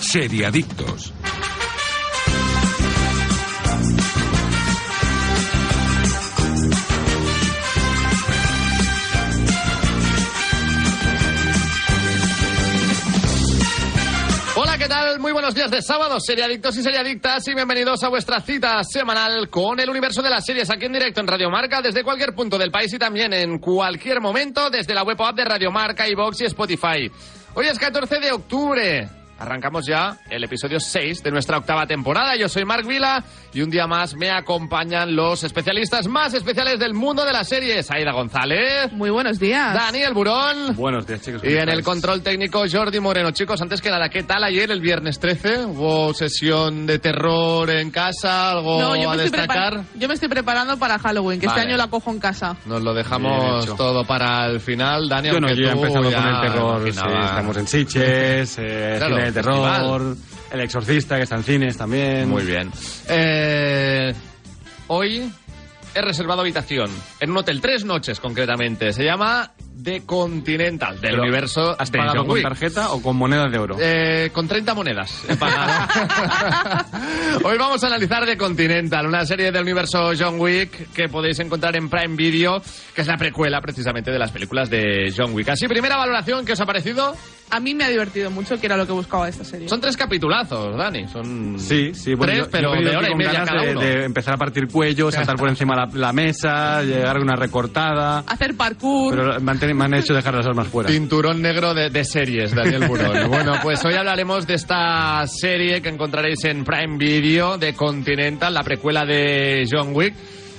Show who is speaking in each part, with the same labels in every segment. Speaker 1: Seriadictos.
Speaker 2: Hola, ¿qué tal? Muy buenos días de sábado, seriadictos y seriadictas, y bienvenidos a vuestra cita semanal con el universo de las series aquí en directo en Radio Marca, desde cualquier punto del país y también en cualquier momento desde la web o app de Radio Marca, iBox y Spotify. Hoy es 14 de octubre. Arrancamos ya el episodio 6 de nuestra octava temporada. Yo soy Marc Vila y un día más me acompañan los especialistas más especiales del mundo de las series. Aida González,
Speaker 3: Muy buenos días.
Speaker 2: Daniel Burón,
Speaker 4: Buenos días, chicos.
Speaker 2: y en el control técnico Jordi Moreno. Chicos, antes que nada, ¿qué tal ayer el viernes 13? ¿Hubo sesión de terror en casa? ¿Algo
Speaker 3: No, yo
Speaker 2: a
Speaker 3: me, estoy
Speaker 2: destacar?
Speaker 3: prepara- yo me estoy preparando para Halloween, que
Speaker 2: Vale.
Speaker 3: este año la cojo en casa.
Speaker 2: Nos lo
Speaker 4: Bien
Speaker 2: dejamos
Speaker 4: hecho.
Speaker 2: todo para el final, Dani.
Speaker 4: Yo no,
Speaker 2: aunque
Speaker 4: yo ya he
Speaker 2: tú
Speaker 4: empezado
Speaker 2: ya
Speaker 4: con el terror.
Speaker 2: imaginabas.
Speaker 4: sí, estamos en Sitges, eh,
Speaker 2: Claro,
Speaker 4: cine de terror, El Exorcista, que está en cines también.
Speaker 2: Muy bien. Eh, hoy he reservado habitación en un hotel, tres noches concretamente. Se llama The Continental, del
Speaker 4: Pero,
Speaker 2: universo
Speaker 4: ¿Has
Speaker 2: pagado
Speaker 4: pagado
Speaker 2: por
Speaker 4: con
Speaker 2: Wii.
Speaker 4: tarjeta o con moneda de oro?
Speaker 2: Eh, con 30 monedas he pagado. Hoy vamos a analizar The Continental, una serie del universo John Wick que podéis encontrar en Prime Video, que es la precuela precisamente de las películas de John Wick. Así, primera valoración que os ha parecido.
Speaker 3: A mí me ha divertido mucho, que era lo que buscaba esta serie.
Speaker 2: Son tres capitulazos, Dani. Son
Speaker 4: Sí, sí,
Speaker 2: tres,
Speaker 4: yo- yo he
Speaker 2: pero
Speaker 4: venido
Speaker 2: de hora
Speaker 4: aquí
Speaker 2: y
Speaker 4: con
Speaker 2: media
Speaker 4: ganas
Speaker 2: cada
Speaker 4: de,
Speaker 2: uno.
Speaker 4: de empezar a partir cuellos, saltar por encima la, la mesa, llegar a una recortada.
Speaker 3: Hacer parkour.
Speaker 4: Pero me han, teni- me han hecho dejar las armas fuera.
Speaker 2: Cinturón negro de, de series, Daniel Burón. bueno, pues hoy hablaremos de esta serie que encontraréis en Prime Video de Continental, la precuela de John Wick.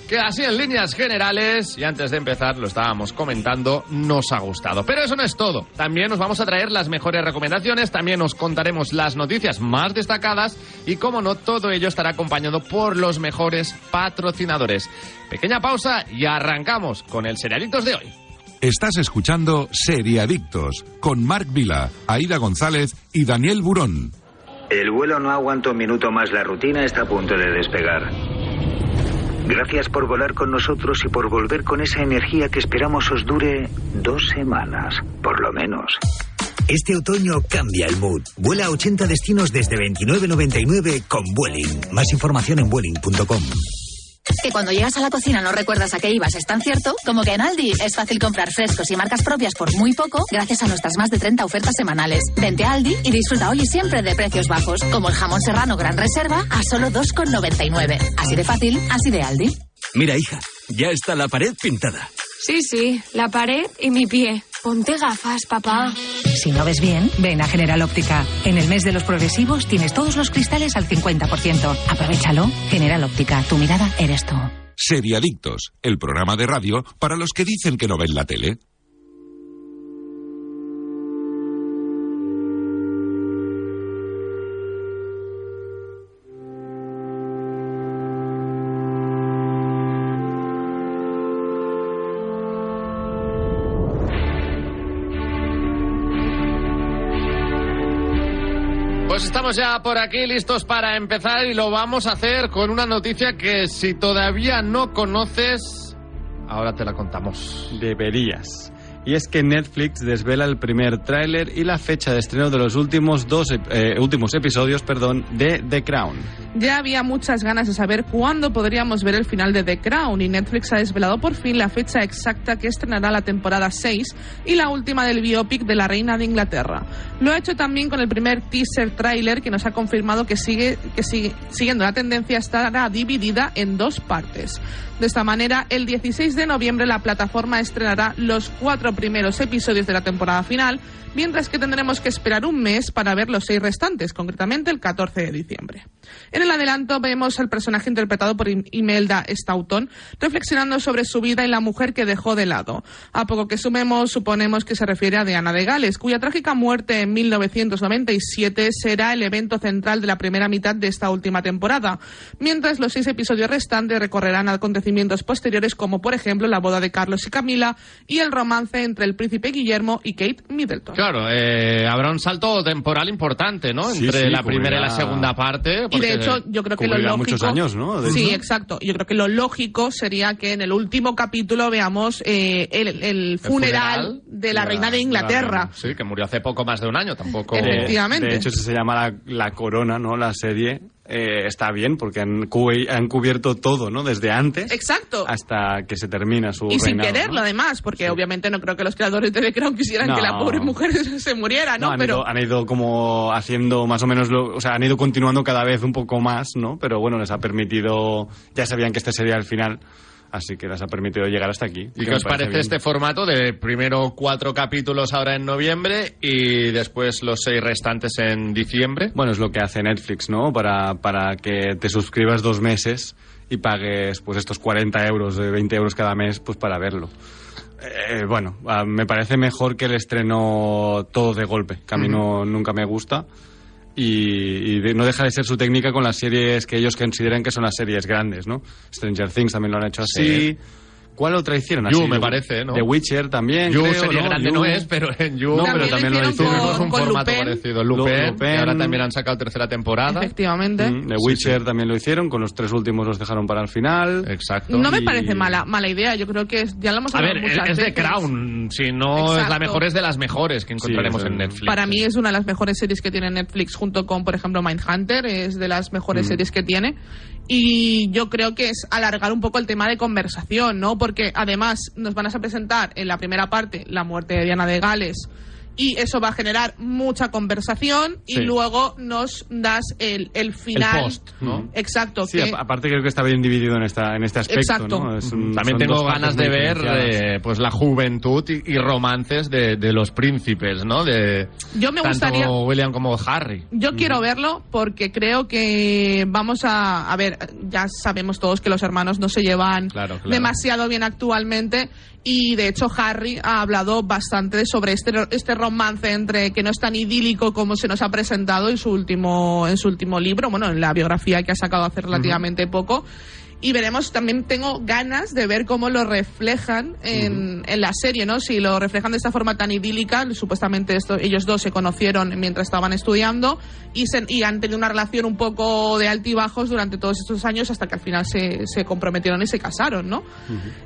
Speaker 2: Que así en líneas generales, y antes de empezar lo estábamos comentando, nos ha gustado. Pero eso no es todo. También os vamos a traer las mejores recomendaciones, también os contaremos las noticias más destacadas y, como no, todo ello estará acompañado por los mejores patrocinadores. Pequeña pausa y arrancamos con el Serialitos de hoy.
Speaker 1: Estás escuchando Seriadictos con Marc Vila, Aida González y Daniel Burón.
Speaker 5: El vuelo no aguanta un minuto más. La rutina está a punto de despegar. Gracias por volar con nosotros y por volver con esa energía que esperamos os dure dos semanas, por lo menos.
Speaker 6: Este otoño cambia el mood. Vuela a 80 destinos desde 29.99 con Vueling. Más información en vueling.com.
Speaker 7: Que cuando llegas a la cocina no recuerdas a qué ibas, es tan cierto como que en Aldi es fácil comprar frescos y marcas propias por muy poco gracias a nuestras más de 30 ofertas semanales. Vente a Aldi y disfruta hoy y siempre de precios bajos, como el jamón serrano gran reserva a solo 2,99. Así de fácil, así de Aldi.
Speaker 8: Mira, hija, ya está la pared pintada.
Speaker 9: Sí, sí, la pared y mi pie. Ponte gafas, papá.
Speaker 10: Si no ves bien, ven a General Óptica. En el mes de los progresivos tienes todos los cristales al 50%. Aprovechalo. General Óptica, tu mirada eres tú.
Speaker 1: Seriadictos, el programa de radio para los que dicen que no ven la tele.
Speaker 2: Pues estamos ya por aquí listos para empezar y lo vamos a hacer con una noticia que si todavía no conoces, ahora te la contamos.
Speaker 4: Deberías. Y es que Netflix desvela el primer tráiler y la fecha de estreno de los últimos dos ep- eh, últimos episodios, perdón, de The Crown.
Speaker 3: Ya había muchas ganas de saber cuándo podríamos ver el final de The Crown y Netflix ha desvelado por fin la fecha exacta que estrenará la temporada 6 y la última del biopic de la Reina de Inglaterra. Lo ha hecho también con el primer teaser tráiler que nos ha confirmado que sigue que sigue siguiendo la tendencia estará dividida en dos partes. De esta manera, el 16 de noviembre la plataforma estrenará los cuatro primeros episodios de la temporada final, mientras que tendremos que esperar un mes para ver los seis restantes, concretamente el 14 de diciembre. En el adelanto vemos al personaje interpretado por Im- Imelda Staunton reflexionando sobre su vida y la mujer que dejó de lado. A poco que sumemos, suponemos que se refiere a Diana de Gales, cuya trágica muerte en 1997 será el evento central de la primera mitad de esta última temporada, mientras los seis episodios restantes recorrerán acontecimientos posteriores como, por ejemplo, la boda de Carlos y Camila y el romance entre el príncipe Guillermo y Kate Middleton.
Speaker 2: Claro, eh, habrá un salto temporal importante, ¿no?
Speaker 4: Sí,
Speaker 2: Entre
Speaker 4: sí,
Speaker 2: la primera y la
Speaker 4: cubrirá-
Speaker 2: segunda parte.
Speaker 3: Y
Speaker 2: porque-
Speaker 3: de hecho, yo creo que lo
Speaker 4: cubrirá
Speaker 3: lógico.
Speaker 4: muchos años, ¿no? De
Speaker 3: sí,
Speaker 4: hecho.
Speaker 3: exacto. Yo creo que lo lógico sería que en el último capítulo veamos eh, el, el funeral de la reina de Inglaterra.
Speaker 2: Sí, que murió hace poco más de un año tampoco. Eh,
Speaker 4: De- De, hecho, si se llama la, la corona, ¿no? La serie eh, está bien porque han, cu- han cubierto todo, ¿no? Desde antes
Speaker 3: Exacto.
Speaker 4: hasta que se termina su
Speaker 3: Y sin
Speaker 4: reinado,
Speaker 3: quererlo,
Speaker 4: ¿no?
Speaker 3: además, porque obviamente no creo que los creadores de The Crown quisieran
Speaker 4: No.
Speaker 3: que la pobre mujer se muriera, ¿no?
Speaker 4: han,
Speaker 3: Pero
Speaker 4: ido, han ido como haciendo más o menos, lo- o sea, han ido continuando cada vez un poco más, ¿no? Pero bueno, les ha permitido, ya sabían que este sería el final, así que les ha permitido llegar hasta aquí.
Speaker 2: ¿Y qué os parece este formato de primero cuatro capítulos ahora en noviembre y después los seis restantes en diciembre?
Speaker 4: Bueno, es lo que hace Netflix, ¿no? Para, para que te suscribas dos meses y pagues pues estos 40 euros, eh, 20 euros cada mes, pues para verlo. Eh, bueno, ah, me parece mejor que el estreno todo de golpe, que a mí no, nunca me gusta. Y, y de- no deja de ser su técnica con las series que ellos consideran que son las series grandes, ¿no? Stranger Things también lo han hecho así.
Speaker 2: Sí.
Speaker 4: ¿Cuál otra hicieron así?
Speaker 2: You, me parece, ¿no?
Speaker 4: The Witcher también.
Speaker 2: You
Speaker 4: creo,
Speaker 2: serie
Speaker 4: ¿no?
Speaker 2: grande
Speaker 4: You.
Speaker 2: no es, pero en You
Speaker 4: No, pero
Speaker 3: También lo
Speaker 4: también
Speaker 3: hicieron
Speaker 4: lo hicieron.
Speaker 2: Tenemos un
Speaker 3: Con
Speaker 2: formato
Speaker 3: Lupin.
Speaker 2: parecido.
Speaker 4: Lu-
Speaker 2: Lupin,
Speaker 4: Lupin.
Speaker 2: que ahora también han sacado tercera temporada.
Speaker 3: efectivamente.
Speaker 4: Mm, The Witcher también lo hicieron, con los tres últimos los dejaron para el final.
Speaker 2: Exacto.
Speaker 3: No me
Speaker 4: Y-
Speaker 3: parece mala mala idea, yo creo que es- ya lo hemos
Speaker 2: A
Speaker 3: hablado
Speaker 2: ver,
Speaker 3: muchas
Speaker 2: es de
Speaker 3: veces.
Speaker 2: Crown. Si no es la
Speaker 3: Exacto.
Speaker 2: mejor, es de las mejores que encontraremos
Speaker 4: Sí, es
Speaker 2: en
Speaker 4: de-
Speaker 2: Netflix.
Speaker 3: Para mí es una de las mejores series que tiene Netflix junto con, por ejemplo, Mindhunter, es de las mejores series que tiene. Y yo creo que es alargar un poco el tema de conversación, ¿no? Porque además nos van a presentar en la primera parte la muerte de Diana de Gales y eso va a generar mucha conversación y
Speaker 4: Sí.
Speaker 3: luego nos das el, el
Speaker 2: el
Speaker 3: final.
Speaker 2: post, ¿no?
Speaker 3: Exacto.
Speaker 4: Sí,
Speaker 3: que-
Speaker 4: a- aparte creo que está bien dividido en, esta, en este aspecto.
Speaker 3: Exacto.
Speaker 4: ¿no? Es un-
Speaker 2: También
Speaker 4: son
Speaker 2: tengo
Speaker 4: dos partes
Speaker 2: ganas de
Speaker 4: muy
Speaker 2: ver
Speaker 4: diferenciadas.
Speaker 2: eh, pues la juventud y, y romances de, de los príncipes, ¿no? De
Speaker 3: yo me
Speaker 2: tanto
Speaker 3: gustaría.
Speaker 2: William como Harry.
Speaker 3: Yo quiero verlo porque creo que vamos a. A ver, ya sabemos todos que los hermanos no se llevan
Speaker 2: Claro, claro.
Speaker 3: demasiado bien actualmente. Y de hecho, Harry ha hablado bastante sobre este, este romance entre que no es tan idílico como se nos ha presentado en su último, en su último libro, bueno, en la biografía que ha sacado hace relativamente poco. Y veremos, también tengo ganas de ver cómo lo reflejan en, en la serie, ¿no? Si lo reflejan de esta forma tan idílica, supuestamente esto, ellos dos se conocieron mientras estaban estudiando y, se- y han tenido una relación un poco de altibajos durante todos estos años hasta que al final se, se comprometieron y se casaron, ¿no?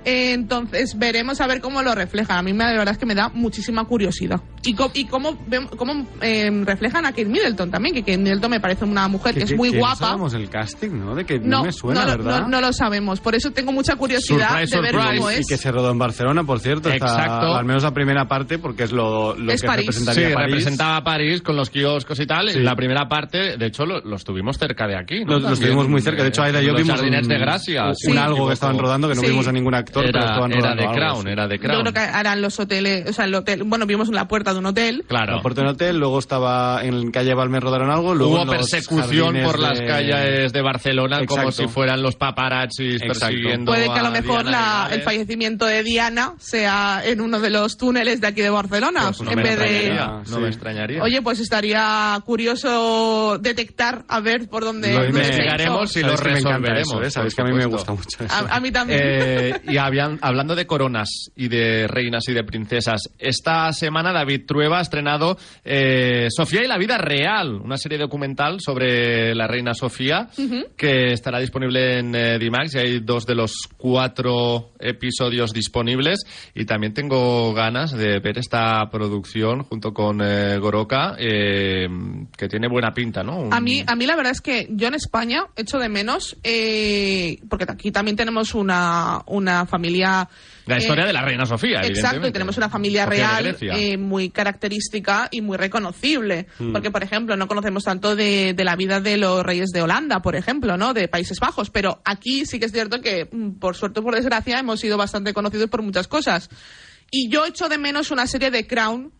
Speaker 3: Eh, Entonces veremos a ver cómo lo reflejan. A mí me, de verdad es que me da muchísima curiosidad. Y, co- y cómo, vem- cómo eh, reflejan a Kate Middleton también, que Kate Middleton me parece una mujer que,
Speaker 4: Que-
Speaker 3: es
Speaker 4: que-
Speaker 3: muy
Speaker 4: que no
Speaker 3: guapa.
Speaker 4: sabemos el casting, ¿no? De que no,
Speaker 3: No,
Speaker 4: me suena,
Speaker 3: no, lo-
Speaker 4: ¿verdad?
Speaker 3: no- no lo sabemos. Por eso tengo mucha curiosidad
Speaker 2: Surprise,
Speaker 3: de ver
Speaker 2: surprise.
Speaker 3: cómo
Speaker 4: y
Speaker 3: es.
Speaker 4: que se rodó en Barcelona, por cierto. está-
Speaker 2: Exacto.
Speaker 4: al menos la primera parte, porque es lo, lo
Speaker 3: Es
Speaker 4: que
Speaker 3: París.
Speaker 2: Sí,
Speaker 4: representaría París.
Speaker 2: representaba a París con los kioscos y tal.
Speaker 4: Sí.
Speaker 2: En La primera parte, de hecho, lo, lo estuvimos cerca de aquí. ¿no?
Speaker 4: Lo, lo
Speaker 2: También,
Speaker 4: estuvimos muy cerca. De hecho,
Speaker 2: eh,
Speaker 4: Aida y yo
Speaker 2: los
Speaker 4: vimos
Speaker 2: Jardines
Speaker 4: un,
Speaker 2: de Gracia.
Speaker 4: un
Speaker 2: si no me
Speaker 4: algo
Speaker 2: equivoco.
Speaker 4: que estaban rodando que no
Speaker 3: Sí.
Speaker 4: vimos a ningún actor, pero
Speaker 2: Era,
Speaker 4: estaban
Speaker 2: era
Speaker 4: rodando
Speaker 2: de
Speaker 4: algo,
Speaker 2: Crown, eh,
Speaker 4: sí.
Speaker 2: era de
Speaker 3: Yo
Speaker 2: Crown.
Speaker 3: creo que harán los hoteles, o sea, el hotel, bueno, vimos la puerta de un hotel.
Speaker 2: Claro.
Speaker 4: La puerta del hotel, luego estaba en calle Balmer rodaron algo, luego en
Speaker 2: Hubo
Speaker 4: los
Speaker 2: persecución
Speaker 4: jardines
Speaker 2: por las
Speaker 4: de-
Speaker 2: calles de Barcelona como
Speaker 4: Exacto.
Speaker 2: si fueran los paparazzis
Speaker 4: Exacto.
Speaker 2: persiguiendo
Speaker 3: Puede que a lo mejor
Speaker 2: Diana
Speaker 3: la-
Speaker 2: Gales.
Speaker 3: el fallecimiento de Diana sea en uno de los túneles de aquí de Barcelona,
Speaker 2: Pues no
Speaker 3: en
Speaker 2: me
Speaker 3: vez de...
Speaker 2: extrañaría, No
Speaker 4: Sí.
Speaker 2: me extrañaría.
Speaker 3: Oye, pues estaría curioso detectar a ver por dónde...
Speaker 4: Lo
Speaker 3: dónde se hizo.
Speaker 2: investigaremos y-
Speaker 4: Sabéis
Speaker 2: lo
Speaker 4: que me encanta
Speaker 2: resolveremos,
Speaker 4: eso, ¿eh? Sabéis
Speaker 2: por
Speaker 4: que a mí me
Speaker 2: supuesto.
Speaker 4: gusta mucho eso.
Speaker 3: A, a mí también.
Speaker 2: Eh, y habían- hablando de coronas y de reinas y de princesas, esta semana David Trueba ha estrenado eh, Sofía y la vida real, una serie documental sobre la reina Sofía que estará disponible en eh, Dimax y hay dos de los cuatro episodios disponibles. Y también tengo ganas de ver esta producción junto con eh, Goroka, eh, que tiene buena pinta, ¿no? Un-
Speaker 3: A mí, a mí la verdad es que yo en España echo de menos, eh, porque aquí también tenemos una, una familia...
Speaker 2: la
Speaker 3: eh,
Speaker 2: historia de la reina Sofía,
Speaker 3: Exacto,
Speaker 2: evidentemente.
Speaker 3: y tenemos una familia
Speaker 2: Sofía de
Speaker 3: real
Speaker 2: Grecia.
Speaker 3: eh, muy característica y muy reconocible.
Speaker 4: Hmm.
Speaker 3: Porque, por ejemplo, no conocemos tanto de, de la vida de los reyes de Holanda, por ejemplo, ¿no? De Países Bajos. Pero aquí sí que es cierto que, mm, por suerte o por desgracia, hemos sido bastante conocidos por muchas cosas. Y yo echo de menos una serie de Crown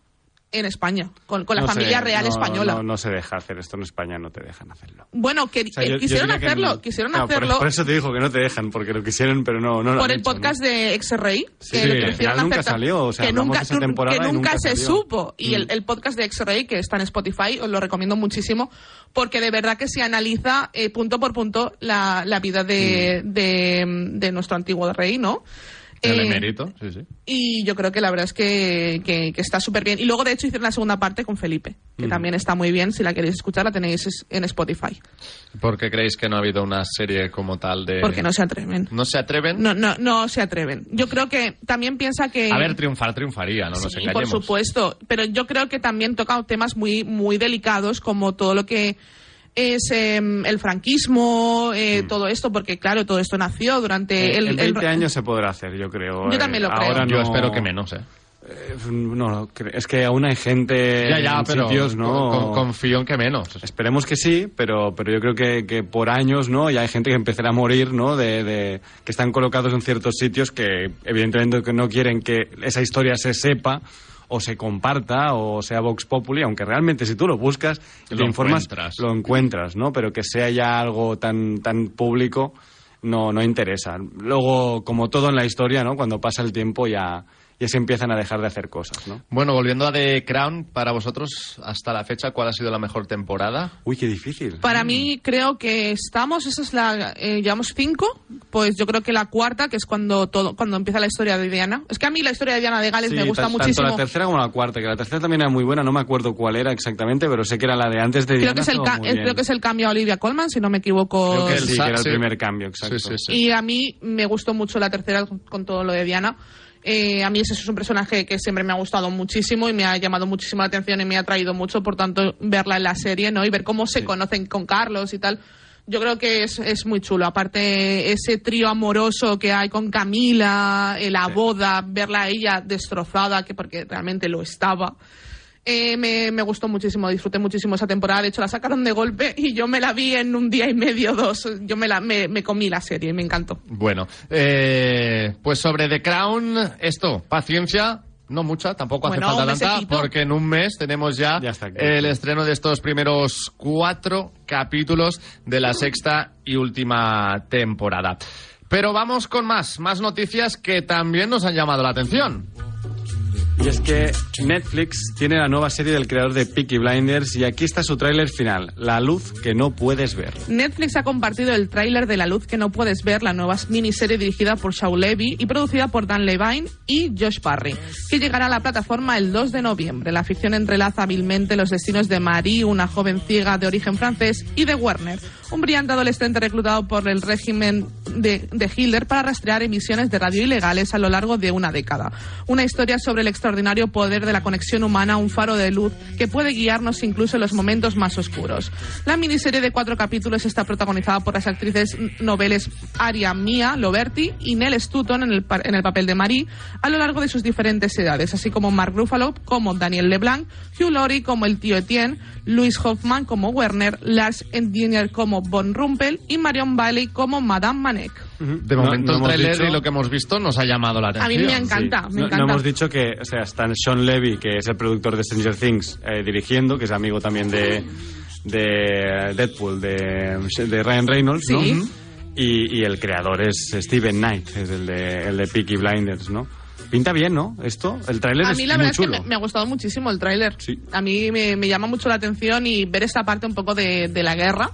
Speaker 3: en España, con, con la
Speaker 4: No sé,
Speaker 3: familia real
Speaker 4: no,
Speaker 3: española.
Speaker 4: No, no se deja hacer esto en España, no te dejan hacerlo.
Speaker 3: Bueno, que,
Speaker 4: O sea,
Speaker 3: eh,
Speaker 4: yo- yo
Speaker 3: quisieron
Speaker 4: diría que
Speaker 3: hacerlo,
Speaker 4: no.
Speaker 3: quisieron
Speaker 4: Claro, por-
Speaker 3: hacerlo
Speaker 4: Por,
Speaker 3: por,
Speaker 4: eso te digo que no te dejan, porque lo quisieron, pero no, no lo han
Speaker 3: el
Speaker 4: hecho, ¿no?
Speaker 3: podcast de Ex Rey.
Speaker 4: Sí, que al final nunca salió, o sea,
Speaker 3: que
Speaker 4: hablamos
Speaker 3: nunca,
Speaker 4: de esa
Speaker 3: que
Speaker 4: temporada y
Speaker 3: nunca
Speaker 4: nunca
Speaker 3: se
Speaker 4: salió.
Speaker 3: supo. Y el,
Speaker 4: Mm.
Speaker 3: el podcast de Ex Rey, que está en Spotify, os lo recomiendo muchísimo, porque de verdad que se analiza
Speaker 4: Mm.
Speaker 3: eh, punto por punto la, la vida de, de, de nuestro antiguo rey, ¿no?
Speaker 2: El
Speaker 3: Eh,
Speaker 2: emérito, sí, sí.
Speaker 3: Y yo creo que la verdad es que, que- que está súper bien. Y luego, de hecho, hicieron la segunda parte con Felipe, que
Speaker 2: Mm.
Speaker 3: también está muy bien. Si la queréis escuchar, la tenéis es- en Spotify.
Speaker 2: ¿Por qué creéis que no ha habido una serie como tal de...?
Speaker 4: Eh.
Speaker 3: Porque no se atreven.
Speaker 2: ¿No se atreven?
Speaker 3: No, no, no se atreven. Yo creo que también piensa que.
Speaker 2: A ver, triunfar triunfaría, no nos
Speaker 3: Sí, por
Speaker 2: engañemos.
Speaker 3: supuesto. Pero yo creo que también toca temas muy, muy delicados, como todo lo que es em, el franquismo, eh,
Speaker 4: Mm.
Speaker 3: todo esto, porque claro, todo esto nació durante
Speaker 4: Eh,
Speaker 3: el,
Speaker 4: en
Speaker 3: el-
Speaker 4: 20 años se podrá hacer, yo creo.
Speaker 3: Yo
Speaker 4: eh,
Speaker 3: también lo creo.
Speaker 4: Ahora
Speaker 2: Yo
Speaker 4: no-
Speaker 2: espero que menos, ¿eh?
Speaker 4: Eh, No, no, cre- es que aún hay gente
Speaker 2: Ya, ya,
Speaker 4: Eh, en
Speaker 2: pero
Speaker 4: sitios, ¿no?
Speaker 2: con- confío en que menos.
Speaker 4: Esperemos que sí, pero, pero yo creo que, que por años, ¿no? Ya hay gente que empezará a morir, ¿no? De, de- que están colocados en ciertos sitios que evidentemente que no quieren que esa historia se sepa o se comparta o sea Vox Populi, aunque realmente si tú lo buscas y
Speaker 2: Lo
Speaker 4: te informas,
Speaker 2: encuentras.
Speaker 4: lo encuentras, ¿no? Pero que sea ya algo tan, tan público no, no interesa. Luego, como todo en la historia, ¿no? Cuando pasa el tiempo ya, ya se empiezan a dejar de hacer cosas, ¿no?
Speaker 2: Bueno, volviendo a The Crown, para vosotros, hasta la fecha, ¿cuál ha sido la mejor temporada?
Speaker 4: Uy, qué difícil.
Speaker 3: Para mí creo que estamos, esa es la, eh, llevamos cinco, pues yo creo que la cuarta, que es cuando todo, cuando empieza la historia de Diana. Es que a mí la historia de Diana de Gales
Speaker 4: Sí,
Speaker 3: me gusta
Speaker 4: tan-
Speaker 3: muchísimo.
Speaker 4: Tanto la tercera como la cuarta, que la tercera también era muy buena, no me acuerdo cuál era exactamente, pero sé que era la de antes de
Speaker 3: creo
Speaker 4: Diana,
Speaker 3: que, es el
Speaker 4: estaba
Speaker 3: ca-
Speaker 4: muy
Speaker 3: eh,
Speaker 4: bien.
Speaker 3: creo que es el cambio a Olivia Colman, si no me equivoco.
Speaker 4: Creo que
Speaker 2: el
Speaker 4: sí, que
Speaker 2: sa-
Speaker 4: era el
Speaker 2: sí.
Speaker 4: primer cambio, exacto.
Speaker 2: Sí, sí, sí.
Speaker 3: Y a mí me gustó mucho la tercera con- con todo lo de Diana. Eh, a mí ese es un personaje que siempre me ha gustado muchísimo y me ha llamado muchísimo la atención y me ha traído mucho, por tanto, verla en la serie ¿no? y ver cómo se conocen con Carlos y tal. Yo creo que es, es muy chulo. Aparte, ese trío amoroso que hay con Camila, eh, la boda, verla a ella destrozada, que porque realmente lo estaba. Eh, me, me gustó muchísimo, disfruté muchísimo esa temporada. De hecho, la sacaron de golpe y yo me la vi en un día y medio, dos. Yo me, la, me, me comí la serie, me encantó.
Speaker 2: Bueno, eh, pues sobre The Crown, esto, paciencia. No mucha, tampoco hace
Speaker 3: Bueno,
Speaker 2: falta
Speaker 3: un
Speaker 2: tanta,
Speaker 3: mesecito.
Speaker 2: porque en un mes tenemos ya,
Speaker 4: Ya está aquí.
Speaker 2: el estreno de estos primeros cuatro capítulos de la sexta y última temporada. Pero vamos con más, más noticias que también nos han llamado la atención.
Speaker 4: Y es que Netflix tiene la nueva serie del creador de Peaky Blinders y aquí está su tráiler final, La luz que no puedes ver.
Speaker 3: Netflix ha compartido el tráiler de La Luz que no puedes ver, la nueva miniserie dirigida por Shaw Levy y producida por Dan Levine y Josh Parry, que llegará a la plataforma el 2 de noviembre. La ficción entrelaza hábilmente los destinos de Marie, una joven ciega de origen francés, y de Werner, un brillante adolescente reclutado por el régimen de, de Hitler para rastrear emisiones de radio ilegales a lo largo de una década. Una historia sobre el extraordinario poder de la conexión humana, un faro de luz que puede guiarnos incluso en los momentos más oscuros. La miniserie de cuatro capítulos está protagonizada por las actrices noveles Aria Mia Loberti y Nell Stutton en el, pa- en el papel de Marie a lo largo de sus diferentes edades, así como Mark Ruffalo como Daniel LeBlanc, Hugh Laurie como el tío Etienne, Louis Hoffman como Werner, Lars Endinger como Von Rumpel y Marion Bailey como Madame Manek.
Speaker 2: De
Speaker 4: No-
Speaker 2: momento
Speaker 4: no
Speaker 2: el
Speaker 4: hemos
Speaker 2: tráiler
Speaker 4: dicho-
Speaker 2: y lo que hemos visto nos ha llamado la
Speaker 3: A
Speaker 2: atención.
Speaker 3: mí me encanta, me
Speaker 4: No-
Speaker 3: encanta.
Speaker 4: No, hemos dicho que, o sea, están Sean Levy, que es el productor de Stranger Things, eh, dirigiendo, que es amigo también de, de Deadpool, de, de Ryan Reynolds, ¿no?
Speaker 3: Sí.
Speaker 4: Y, y el creador es Steven Knight, es el de, el de Peaky Blinders, ¿no? Pinta bien, ¿no? Esto, el tráiler
Speaker 3: A
Speaker 4: es
Speaker 3: mí la
Speaker 4: muy
Speaker 3: verdad
Speaker 4: chulo.
Speaker 3: es que me, me ha gustado muchísimo el tráiler.
Speaker 4: Sí.
Speaker 3: A mí me, me llama mucho la atención y ver esta parte un poco de, de la guerra.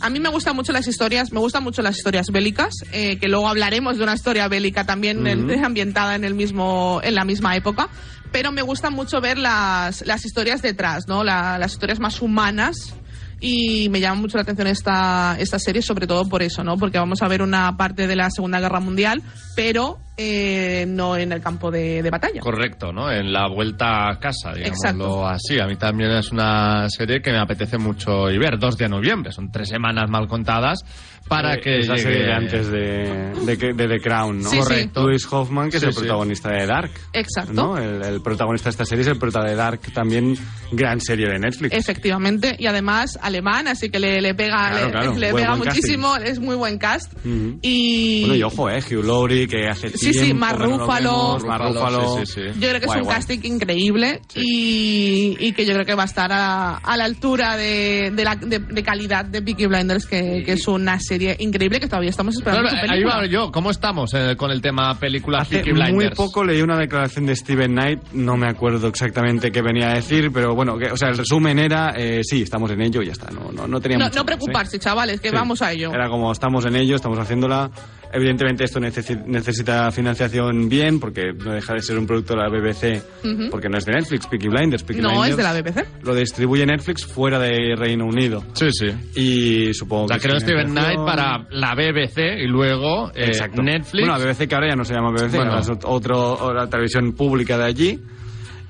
Speaker 3: A mí me gustan mucho las historias, me gustan mucho las historias bélicas, eh, que luego hablaremos de una historia bélica también en- ambientada en el mismo, en la misma época. Pero me gusta mucho ver las, las historias detrás, ¿no? La- las historias más humanas. Y me llama mucho la atención esta, esta serie, sobre todo por eso, ¿no? Porque vamos a ver una parte de la Segunda Guerra Mundial, pero eh, no en el campo de, de batalla.
Speaker 2: Correcto, ¿no? En la vuelta a casa, digámoslo
Speaker 3: Exacto.
Speaker 2: así. A mí también es una serie que me apetece mucho y ver. 2 de noviembre, son tres semanas mal contadas para
Speaker 4: Eh,
Speaker 2: que
Speaker 4: es la
Speaker 2: llegue...
Speaker 4: serie de antes de, de, que- de The Crown, ¿no?
Speaker 3: Sí, sí. Correcto.
Speaker 4: Luis Hoffman, que
Speaker 2: Sí,
Speaker 4: es el
Speaker 2: sí.
Speaker 4: protagonista de Dark.
Speaker 3: Exacto.
Speaker 4: ¿no? El, el protagonista de esta serie es el protagonista de Dark, también gran serie de Netflix.
Speaker 3: Efectivamente, y además alemán, así que le, le pega,
Speaker 4: Claro,
Speaker 3: le,
Speaker 4: claro,
Speaker 3: le
Speaker 4: buen-
Speaker 3: pega
Speaker 4: buen
Speaker 3: muchísimo, es muy buen cast.
Speaker 4: Ujú.
Speaker 3: Y
Speaker 4: Bueno, y ojo, eh, Hugh Laurie, que hace
Speaker 3: Sí, sí,
Speaker 4: tiempo que
Speaker 3: Mark
Speaker 4: no lo
Speaker 3: Ruffalo.
Speaker 4: vemos, Mark Ruffalo.
Speaker 2: Sí, sí, sí.
Speaker 3: yo creo que
Speaker 4: Guay,
Speaker 3: es un
Speaker 4: guay.
Speaker 3: casting increíble y, y que yo creo que va a estar a, a la altura de, de la, de, de calidad de Peaky Blinders, que, que es una serie increíble que todavía estamos
Speaker 2: No,
Speaker 3: esperando.
Speaker 2: no,
Speaker 3: su
Speaker 2: eh, ahí
Speaker 3: película.
Speaker 2: va yo. ¿Cómo estamos eh, con el tema película
Speaker 4: Hace
Speaker 2: Peaky
Speaker 4: muy
Speaker 2: Blinders?
Speaker 4: poco leí una declaración de Steven Knight, no me acuerdo exactamente qué venía a decir, pero bueno, que- o sea, el resumen era, eh, sí, estamos en ello y ya está, no, no, no tenía
Speaker 3: No,
Speaker 4: mucho
Speaker 3: no
Speaker 4: más, ¿eh?
Speaker 3: preocuparse, chavales, que
Speaker 4: Sí.
Speaker 3: vamos a ello.
Speaker 4: Era como estamos en ello, estamos haciéndola. Evidentemente esto necesi- necesita financiación bien porque no deja de ser un producto de la BBC,
Speaker 3: Ujú.
Speaker 4: porque no es de Netflix, Peaky Blinders. Peaky
Speaker 3: No,
Speaker 4: Blinders
Speaker 3: es de la BBC.
Speaker 4: Lo distribuye Netflix fuera de Reino Unido.
Speaker 2: Sí, sí.
Speaker 4: Y supongo
Speaker 2: La
Speaker 4: que
Speaker 2: creó Steven
Speaker 4: financiación-
Speaker 2: Knight para la BBC y luego eh,
Speaker 4: Exacto.
Speaker 2: Netflix.
Speaker 4: Bueno, la BBC que ahora ya no se llama BBC,
Speaker 2: Bueno.
Speaker 4: ahora es ot- otro, otra televisión pública de allí.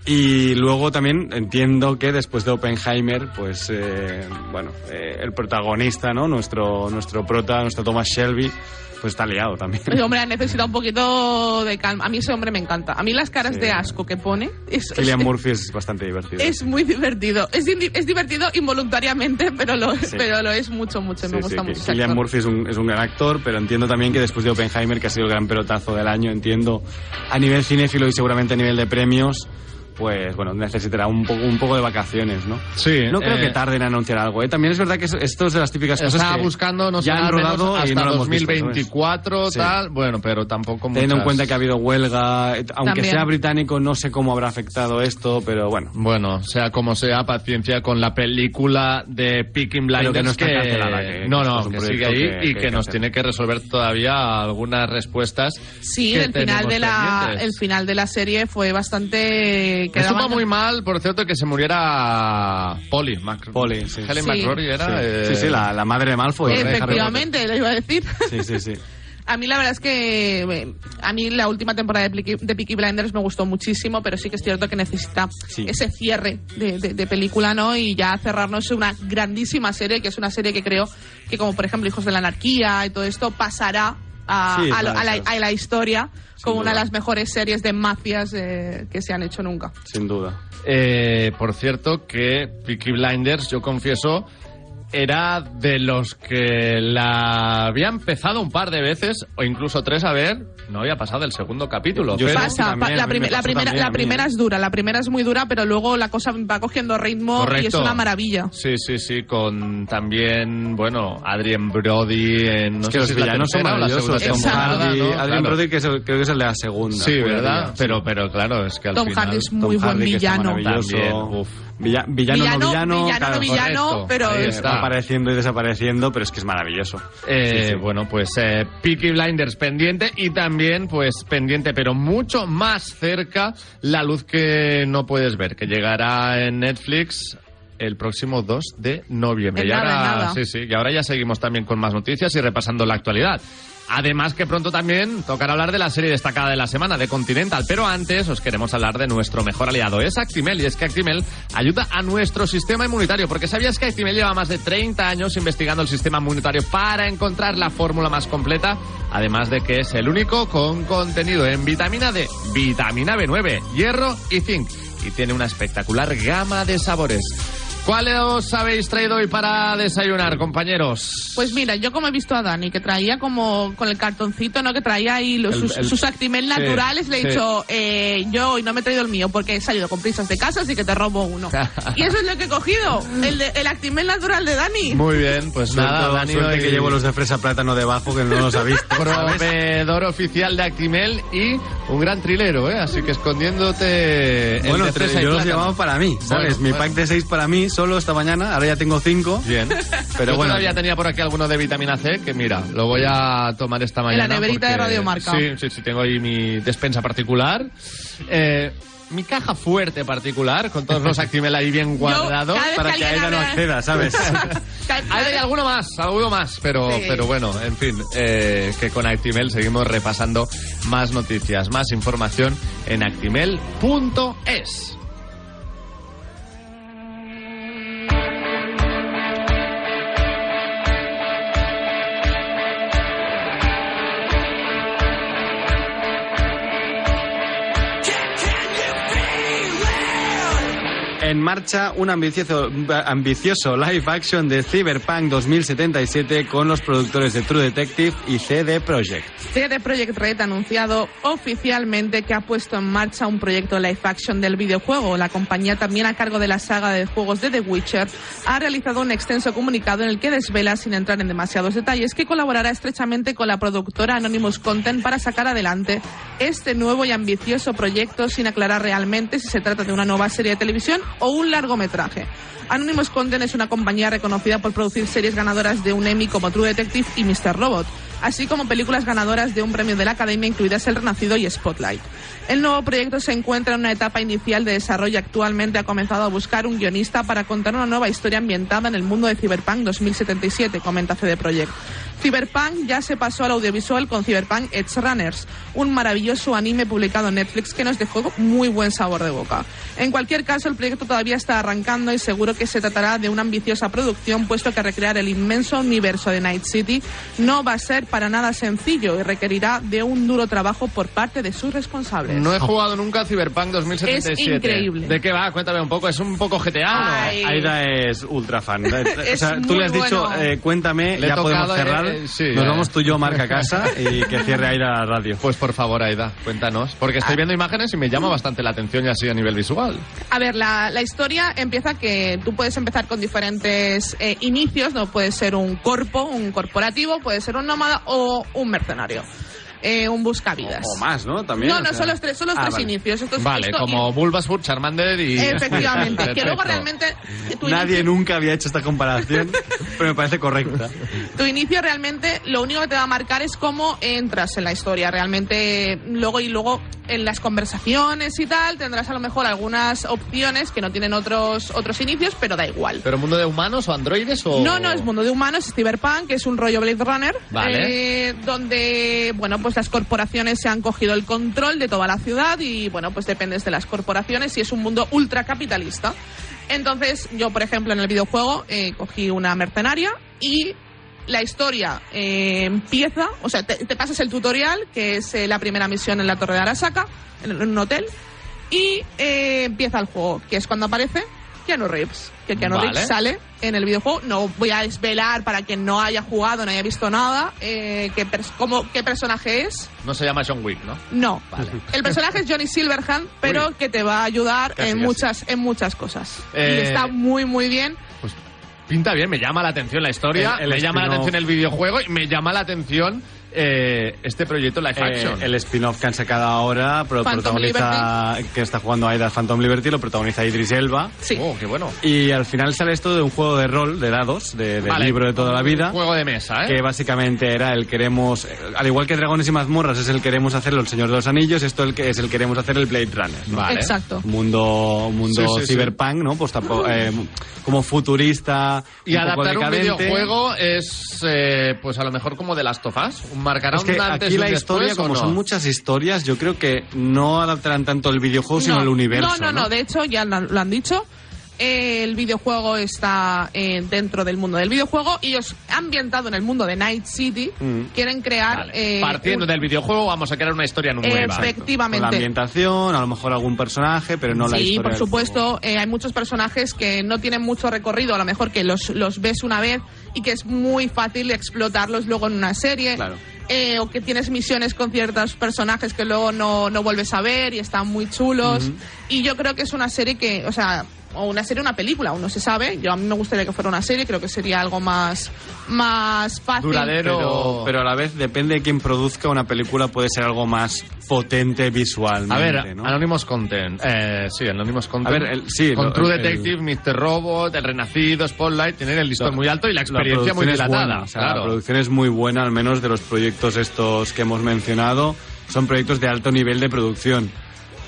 Speaker 4: Y luego también entiendo que después de Oppenheimer, pues eh, bueno, eh, el protagonista, ¿no? Nuestro, nuestro prota, nuestro Thomas Shelby, pues está liado también.
Speaker 3: El Este hombre ha necesitado un poquito de calma. A mí ese hombre me encanta. A mí las caras
Speaker 4: Sí.
Speaker 3: de asco que pone es,
Speaker 4: Cillian
Speaker 3: es-
Speaker 4: Murphy es bastante divertido.
Speaker 3: es muy divertido. Es, di- es divertido involuntariamente, pero lo,
Speaker 4: Sí.
Speaker 3: pero lo es mucho, mucho.
Speaker 4: Sí,
Speaker 3: me
Speaker 4: sí,
Speaker 3: gusta
Speaker 4: que
Speaker 3: mucho. ese
Speaker 4: Cillian
Speaker 3: actor.
Speaker 4: Murphy es un, es un gran actor, pero entiendo también que después de Oppenheimer, que ha sido el gran pelotazo del año, entiendo, a nivel cinéfilo y seguramente a nivel de premios, pues bueno, necesitará un, poco un poco de vacaciones, ¿no?
Speaker 2: Sí,
Speaker 4: No creo
Speaker 2: eh,
Speaker 4: que tarden en anunciar algo, ¿eh? También es verdad que es- esto es de las típicas cosas
Speaker 2: Estaba
Speaker 4: que
Speaker 2: buscando, no sé,
Speaker 4: ya han
Speaker 2: al menos
Speaker 4: rodado y
Speaker 2: hasta
Speaker 4: no lo hemos visto, ¿sabes?
Speaker 2: 2024,
Speaker 4: Sí.
Speaker 2: tal. Bueno, pero tampoco
Speaker 4: Teniendo en
Speaker 2: muchas.
Speaker 4: cuenta que ha habido huelga, eh, aunque
Speaker 3: También.
Speaker 4: sea británico, no sé cómo habrá afectado esto, pero bueno.
Speaker 2: Bueno, sea como sea, paciencia con la película de Peaking Blinders
Speaker 4: Pero que no está cancelada, que-
Speaker 2: no,
Speaker 4: que
Speaker 2: no,
Speaker 4: esto es un
Speaker 2: que sigue
Speaker 4: proyecto
Speaker 2: ahí
Speaker 4: que-
Speaker 2: y
Speaker 4: que
Speaker 2: que,
Speaker 4: hay que
Speaker 2: nos
Speaker 4: hacer.
Speaker 2: tiene que resolver todavía algunas respuestas.
Speaker 3: Sí,
Speaker 2: que
Speaker 3: el final,
Speaker 2: tenemos
Speaker 3: de la,
Speaker 2: pendientes.
Speaker 3: el final de la serie fue bastante...
Speaker 2: Me
Speaker 3: quedaba-
Speaker 2: supo muy mal, por cierto, que se muriera Polly. Mac-
Speaker 4: Polly, sí.
Speaker 2: Helen
Speaker 3: Sí.
Speaker 2: McCrory era.
Speaker 4: Sí,
Speaker 2: eh,
Speaker 4: sí, sí, la, la madre de Malfoy. ¿no? De Harry Potter.
Speaker 3: Efectivamente, lo iba a decir.
Speaker 4: Sí, sí, sí.
Speaker 3: A mí la verdad es que eh, a mí la última temporada de Peaky, de Peaky Blinders me gustó muchísimo, pero sí que es cierto que necesita
Speaker 4: Sí.
Speaker 3: ese cierre de, de- de película, ¿no? Y ya cerrarnos una grandísima serie, que es una serie que creo que como por ejemplo Hijos de la Anarquía y todo esto pasará a,
Speaker 4: Sí, es
Speaker 3: a lo-
Speaker 4: una de
Speaker 3: a la,
Speaker 4: esas.
Speaker 3: a la historia como una de
Speaker 4: duda.
Speaker 3: las mejores series de mafias eh, que se han hecho nunca.
Speaker 4: Sin duda.
Speaker 2: Eh, por cierto, que Peaky Blinders, yo confieso, era de los que la había empezado un par de veces, o incluso tres, a ver, no había pasado el segundo capítulo.
Speaker 4: Yo
Speaker 2: pero-
Speaker 4: sé-
Speaker 3: Pasa,
Speaker 4: también,
Speaker 3: pa-
Speaker 4: a
Speaker 3: la,
Speaker 4: mí me
Speaker 3: prim- la
Speaker 4: pasó
Speaker 3: primera,
Speaker 4: también a
Speaker 3: la
Speaker 4: mí,
Speaker 3: primera
Speaker 4: ¿eh?
Speaker 3: es dura, la primera es muy dura, pero luego la cosa va cogiendo ritmo y es
Speaker 2: Correcto.
Speaker 3: una maravilla.
Speaker 2: Sí, sí, sí, con también, bueno, Adrien Brody en... No
Speaker 4: es que los
Speaker 2: sé si es la
Speaker 4: villanos son
Speaker 2: tercera o la
Speaker 4: maravillosos.
Speaker 2: segunda
Speaker 4: Tom
Speaker 2: temporada,
Speaker 4: Hardy,
Speaker 2: ¿no?
Speaker 4: Adrian
Speaker 2: Claro.
Speaker 4: Brody, que es el- creo que es el de la segunda.
Speaker 2: Sí, ¿verdad?
Speaker 4: Sí.
Speaker 2: Pero, pero claro, es que al
Speaker 3: Tom
Speaker 2: final...
Speaker 3: Hardy es
Speaker 4: Tom
Speaker 3: muy buen
Speaker 4: Hardy, que está
Speaker 3: villano.
Speaker 4: maravilloso.
Speaker 2: También, uf.
Speaker 4: Villa- villano, no villano.
Speaker 3: villano, no
Speaker 4: claro.
Speaker 3: villano,
Speaker 2: correcto.
Speaker 3: pero
Speaker 2: Ahí
Speaker 3: es-
Speaker 2: está.
Speaker 4: Va apareciendo y desapareciendo, pero es que es maravilloso.
Speaker 2: Eh,
Speaker 4: Sí, sí.
Speaker 2: Bueno, pues eh, Peaky Blinders pendiente y también, pues pendiente, pero mucho más cerca, La Luz que no puedes ver, que llegará en Netflix el próximo 2 de noviembre.
Speaker 3: En
Speaker 2: y,
Speaker 3: nada,
Speaker 2: ahora,
Speaker 3: en nada.
Speaker 2: Sí, sí, y ahora ya seguimos también con más noticias y repasando la actualidad. Además que pronto también tocará hablar de la serie destacada de la semana de Continental, pero antes os queremos hablar de nuestro mejor aliado, es Actimel, y es que Actimel ayuda a nuestro sistema inmunitario, porque sabías que Actimel lleva más de 30 años investigando el sistema inmunitario para encontrar la fórmula más completa, además de que es el único con contenido en vitamina D, vitamina B9, hierro y zinc, y tiene una espectacular gama de sabores. ¿Cuál os habéis traído hoy para desayunar, compañeros?
Speaker 3: Pues mira, yo como he visto a Dani, que traía como con el cartoncito, ¿no? Que traía ahí los,
Speaker 4: El-
Speaker 3: sus,
Speaker 4: el-
Speaker 3: sus Actimel
Speaker 4: sí,
Speaker 3: naturales, le he
Speaker 4: sí.
Speaker 3: dicho, eh, yo hoy no me he traído el mío porque he salido con prisas de casa, así que te robo uno. y eso es lo que he cogido, el, de- el Actimel natural de Dani.
Speaker 2: Muy bien, pues nada,
Speaker 4: Suerte-
Speaker 2: Dani,
Speaker 4: suerte
Speaker 2: hoy
Speaker 4: que llevo los de fresa plátano debajo, que no los ha visto. ¿sabes?
Speaker 2: proveedor oficial de Actimel y un gran trilero, ¿eh? Así que escondiéndote el
Speaker 4: Bueno,
Speaker 2: de
Speaker 4: tres-
Speaker 2: fresa y
Speaker 4: yo los
Speaker 2: plátano.
Speaker 4: llevaba para mí, ¿sabes?
Speaker 2: Bueno,
Speaker 4: Mi
Speaker 2: bueno.
Speaker 4: pack de seis para mí solo esta mañana, ahora ya tengo cinco.
Speaker 2: Bien.
Speaker 4: Pero
Speaker 2: Yo
Speaker 4: bueno.
Speaker 2: todavía tenía por aquí alguno de vitamina C, que mira, lo voy a tomar esta mañana.
Speaker 3: neverita de Radio Marca.
Speaker 2: Sí, sí, sí, tengo ahí mi despensa particular. Eh, mi caja fuerte particular, con todos los Actimel ahí bien guardados.
Speaker 3: cada vez
Speaker 4: Para que a
Speaker 3: alguien
Speaker 4: ella no
Speaker 3: habla-
Speaker 4: acceda, ¿sabes?
Speaker 3: Cada-
Speaker 2: Ahí Hay alguno más, alguno más, pero,
Speaker 3: Sí.
Speaker 2: pero bueno, en fin, eh, que con Actimel seguimos repasando más noticias, más información en actimel.es.
Speaker 4: En marcha un ambicioso, ambicioso live action de Cyberpunk 2077 con los productores de True Detective y CD Projekt.
Speaker 3: CD Projekt Red ha anunciado oficialmente que ha puesto en marcha un proyecto live action del videojuego. La compañía, también a cargo de la saga de juegos de The Witcher, ha realizado un extenso comunicado en el que desvela, sin entrar en demasiados detalles, que colaborará estrechamente con la productora Anonymous Content para sacar adelante este nuevo y ambicioso proyecto sin aclarar realmente si se trata de una nueva serie de televisión o un largometraje. Anonymous Content es una compañía reconocida por producir series ganadoras de un Emmy como True Detective y Mr. Robot, así como películas ganadoras de un premio de la Academia, incluidas El Renacido y Spotlight. El nuevo proyecto se encuentra en una etapa inicial de desarrollo y actualmente ha comenzado a buscar un guionista para contar una nueva historia ambientada en el mundo de Cyberpunk 2077, comenta CD Projekt. Cyberpunk ya se pasó al audiovisual con Cyberpunk Edge Runners, un maravilloso anime publicado en Netflix que nos dejó muy buen sabor de boca. En cualquier caso, el proyecto todavía está arrancando y seguro que se tratará de una ambiciosa producción, puesto que recrear el inmenso universo de Night City no va a ser para nada sencillo y requerirá de un duro trabajo por parte de sus responsables.
Speaker 2: No he jugado nunca a Cyberpunk 2077.
Speaker 3: Es increíble.
Speaker 2: ¿De qué va? Cuéntame un poco. ¿Es un poco GTA?
Speaker 3: Ay.
Speaker 4: Aida es ultra fan. o
Speaker 3: Es
Speaker 4: sea, tú le has
Speaker 3: muy
Speaker 4: dicho,
Speaker 3: bueno.
Speaker 4: eh, cuéntame,
Speaker 2: Le he
Speaker 4: ya podemos
Speaker 2: tocado, eh,
Speaker 4: cerrar.
Speaker 2: eh, sí,
Speaker 4: Nos
Speaker 2: eh.
Speaker 4: vamos tú y yo, marca casa, y que cierre Aida la radio.
Speaker 2: Pues por favor, Aida, cuéntanos. Porque
Speaker 3: Ah.
Speaker 2: estoy viendo imágenes y me
Speaker 3: Mm.
Speaker 2: llama bastante la atención y así a nivel visual.
Speaker 3: A ver, la, la historia empieza que tú puedes empezar con diferentes eh, inicios, no puede ser un corpo, un corporativo, puede ser un nómada o un mercenario, eh, un buscavidas.
Speaker 4: O más, ¿no? También.
Speaker 3: No,
Speaker 4: o
Speaker 3: no,
Speaker 4: sea.
Speaker 3: son los tres, son los
Speaker 4: Ah,
Speaker 3: tres
Speaker 4: vale.
Speaker 3: inicios. Esto es-
Speaker 2: Vale,
Speaker 3: Pues esto-
Speaker 2: como Bulbasaur, Charmander y...
Speaker 3: Efectivamente, que luego
Speaker 2: Perfecto.
Speaker 3: realmente tu
Speaker 4: Nadie
Speaker 3: inicio-
Speaker 4: nunca había hecho esta comparación, pero me parece correcta.
Speaker 3: tu inicio realmente lo único que te va a marcar es cómo entras en la historia realmente luego y luego en las conversaciones y tal tendrás a lo mejor algunas opciones que no tienen otros otros inicios pero da igual
Speaker 2: ¿Pero mundo de humanos o androides o...?
Speaker 3: No, no, es Mundo de Humanos, es Cyberpunk, que es un rollo Blade Runner,
Speaker 2: Vale.
Speaker 3: eh, donde, bueno, pues las corporaciones se han cogido el control de toda la ciudad y, bueno, pues dependes de las corporaciones y es un mundo ultracapitalista. Entonces, yo, por ejemplo, en el videojuego eh, cogí una mercenaria y la historia eh, empieza, o sea, te, te pasas el tutorial, que es eh, la primera misión en la Torre de Arasaka, en, en un hotel, y eh, empieza el juego, que es cuando aparece Keanu Reeves. Que Keanu
Speaker 2: Vale.
Speaker 3: Reeves sale en el videojuego. No voy a desvelar para quien no haya jugado, no haya visto nada, eh, qué, pers- cómo- qué personaje es.
Speaker 2: No se llama John Wick, ¿no?
Speaker 3: No. El personaje es Johnny Silverhand, pero
Speaker 2: Uy.
Speaker 3: que te va a ayudar
Speaker 2: Casi,
Speaker 3: en,
Speaker 2: casi.
Speaker 3: Muchas, en muchas cosas.
Speaker 2: Eh,
Speaker 3: Y está muy, muy bien.
Speaker 2: Pues pinta bien, me llama la atención la historia,
Speaker 4: El- el
Speaker 2: me llama la
Speaker 4: spin-off.
Speaker 2: atención el videojuego y me llama la atención eh, este proyecto Life
Speaker 4: Eh,
Speaker 2: Action.
Speaker 4: el spin-off que han sacado ahora pro-
Speaker 3: Phantom
Speaker 4: protagoniza que está jugando Aida Phantom Liberty, lo protagoniza Idris Elba.
Speaker 3: Sí.
Speaker 2: Oh, qué bueno.
Speaker 4: Y al final sale esto de un juego de rol de dados, de, del
Speaker 2: Vale,
Speaker 4: libro de toda la vida.
Speaker 2: un Juego de mesa, ¿eh?
Speaker 4: que básicamente era el queremos, eh, al igual que Dragones y Mazmorras es el queremos hacer el Señor de los Anillos, esto el que es el queremos hacer el Blade Runner, ¿no?
Speaker 2: Vale.
Speaker 3: Exacto.
Speaker 4: Mundo, mundo
Speaker 2: Sí, sí, sí.
Speaker 4: cyberpunk, ¿no? Pues tampo- eh, como futurista.
Speaker 2: Y
Speaker 4: un poco
Speaker 2: adaptar un
Speaker 4: decadente.
Speaker 2: videojuego es, eh, pues a lo mejor como de Last of Us. Marcará
Speaker 4: Es que
Speaker 2: un antes
Speaker 4: aquí
Speaker 2: y un
Speaker 4: la
Speaker 2: después,
Speaker 4: historia,
Speaker 2: ¿o
Speaker 4: como
Speaker 2: no?
Speaker 4: son muchas historias, yo creo que no adaptarán tanto el videojuego, sino el universo.
Speaker 3: No, no, no, de hecho ya lo lo han dicho. El videojuego está eh, dentro del mundo del videojuego y os ambientado en el mundo de Night City. Quieren crear.
Speaker 2: Vale.
Speaker 3: eh,
Speaker 2: Partiendo
Speaker 3: un-
Speaker 2: del videojuego vamos a crear una historia nueva.
Speaker 3: Efecti-
Speaker 4: Con la
Speaker 3: efectivamente.
Speaker 4: ambientación, a lo mejor algún personaje, pero no la
Speaker 3: sí,
Speaker 4: historia.
Speaker 3: por
Speaker 4: del
Speaker 3: supuesto, eh, hay muchos personajes que no tienen mucho recorrido, a lo mejor que los, los ves una vez y que es muy fácil explotarlos luego en una serie.
Speaker 4: Claro.
Speaker 3: Eh, o que tienes misiones con ciertos personajes que luego no, no vuelves a ver y están muy chulos. Y yo creo que es una serie que, o sea, o una serie, una película, aún no se sabe. Yo a mí me gustaría que fuera una serie, creo que sería algo más, más fácil.
Speaker 2: Duradero.
Speaker 4: pero, pero a la vez depende de quién produzca una película puede ser algo más potente visualmente
Speaker 2: A ver,
Speaker 4: ¿no?
Speaker 2: Anonymous Content. Eh, sí, Anonymous Content.
Speaker 4: A ver, el- sí,
Speaker 2: Con
Speaker 4: lo-
Speaker 2: True
Speaker 4: el-
Speaker 2: Detective, Mr. Robot, El Renacido, Spotlight, tienen el listón
Speaker 4: La-
Speaker 2: muy alto y la experiencia
Speaker 4: producción
Speaker 2: muy
Speaker 4: es
Speaker 2: dilatada.
Speaker 4: buena, o sea, La
Speaker 2: claro.
Speaker 4: producción es muy buena, al menos de los proyectos estos que hemos mencionado. Son proyectos de alto nivel de producción.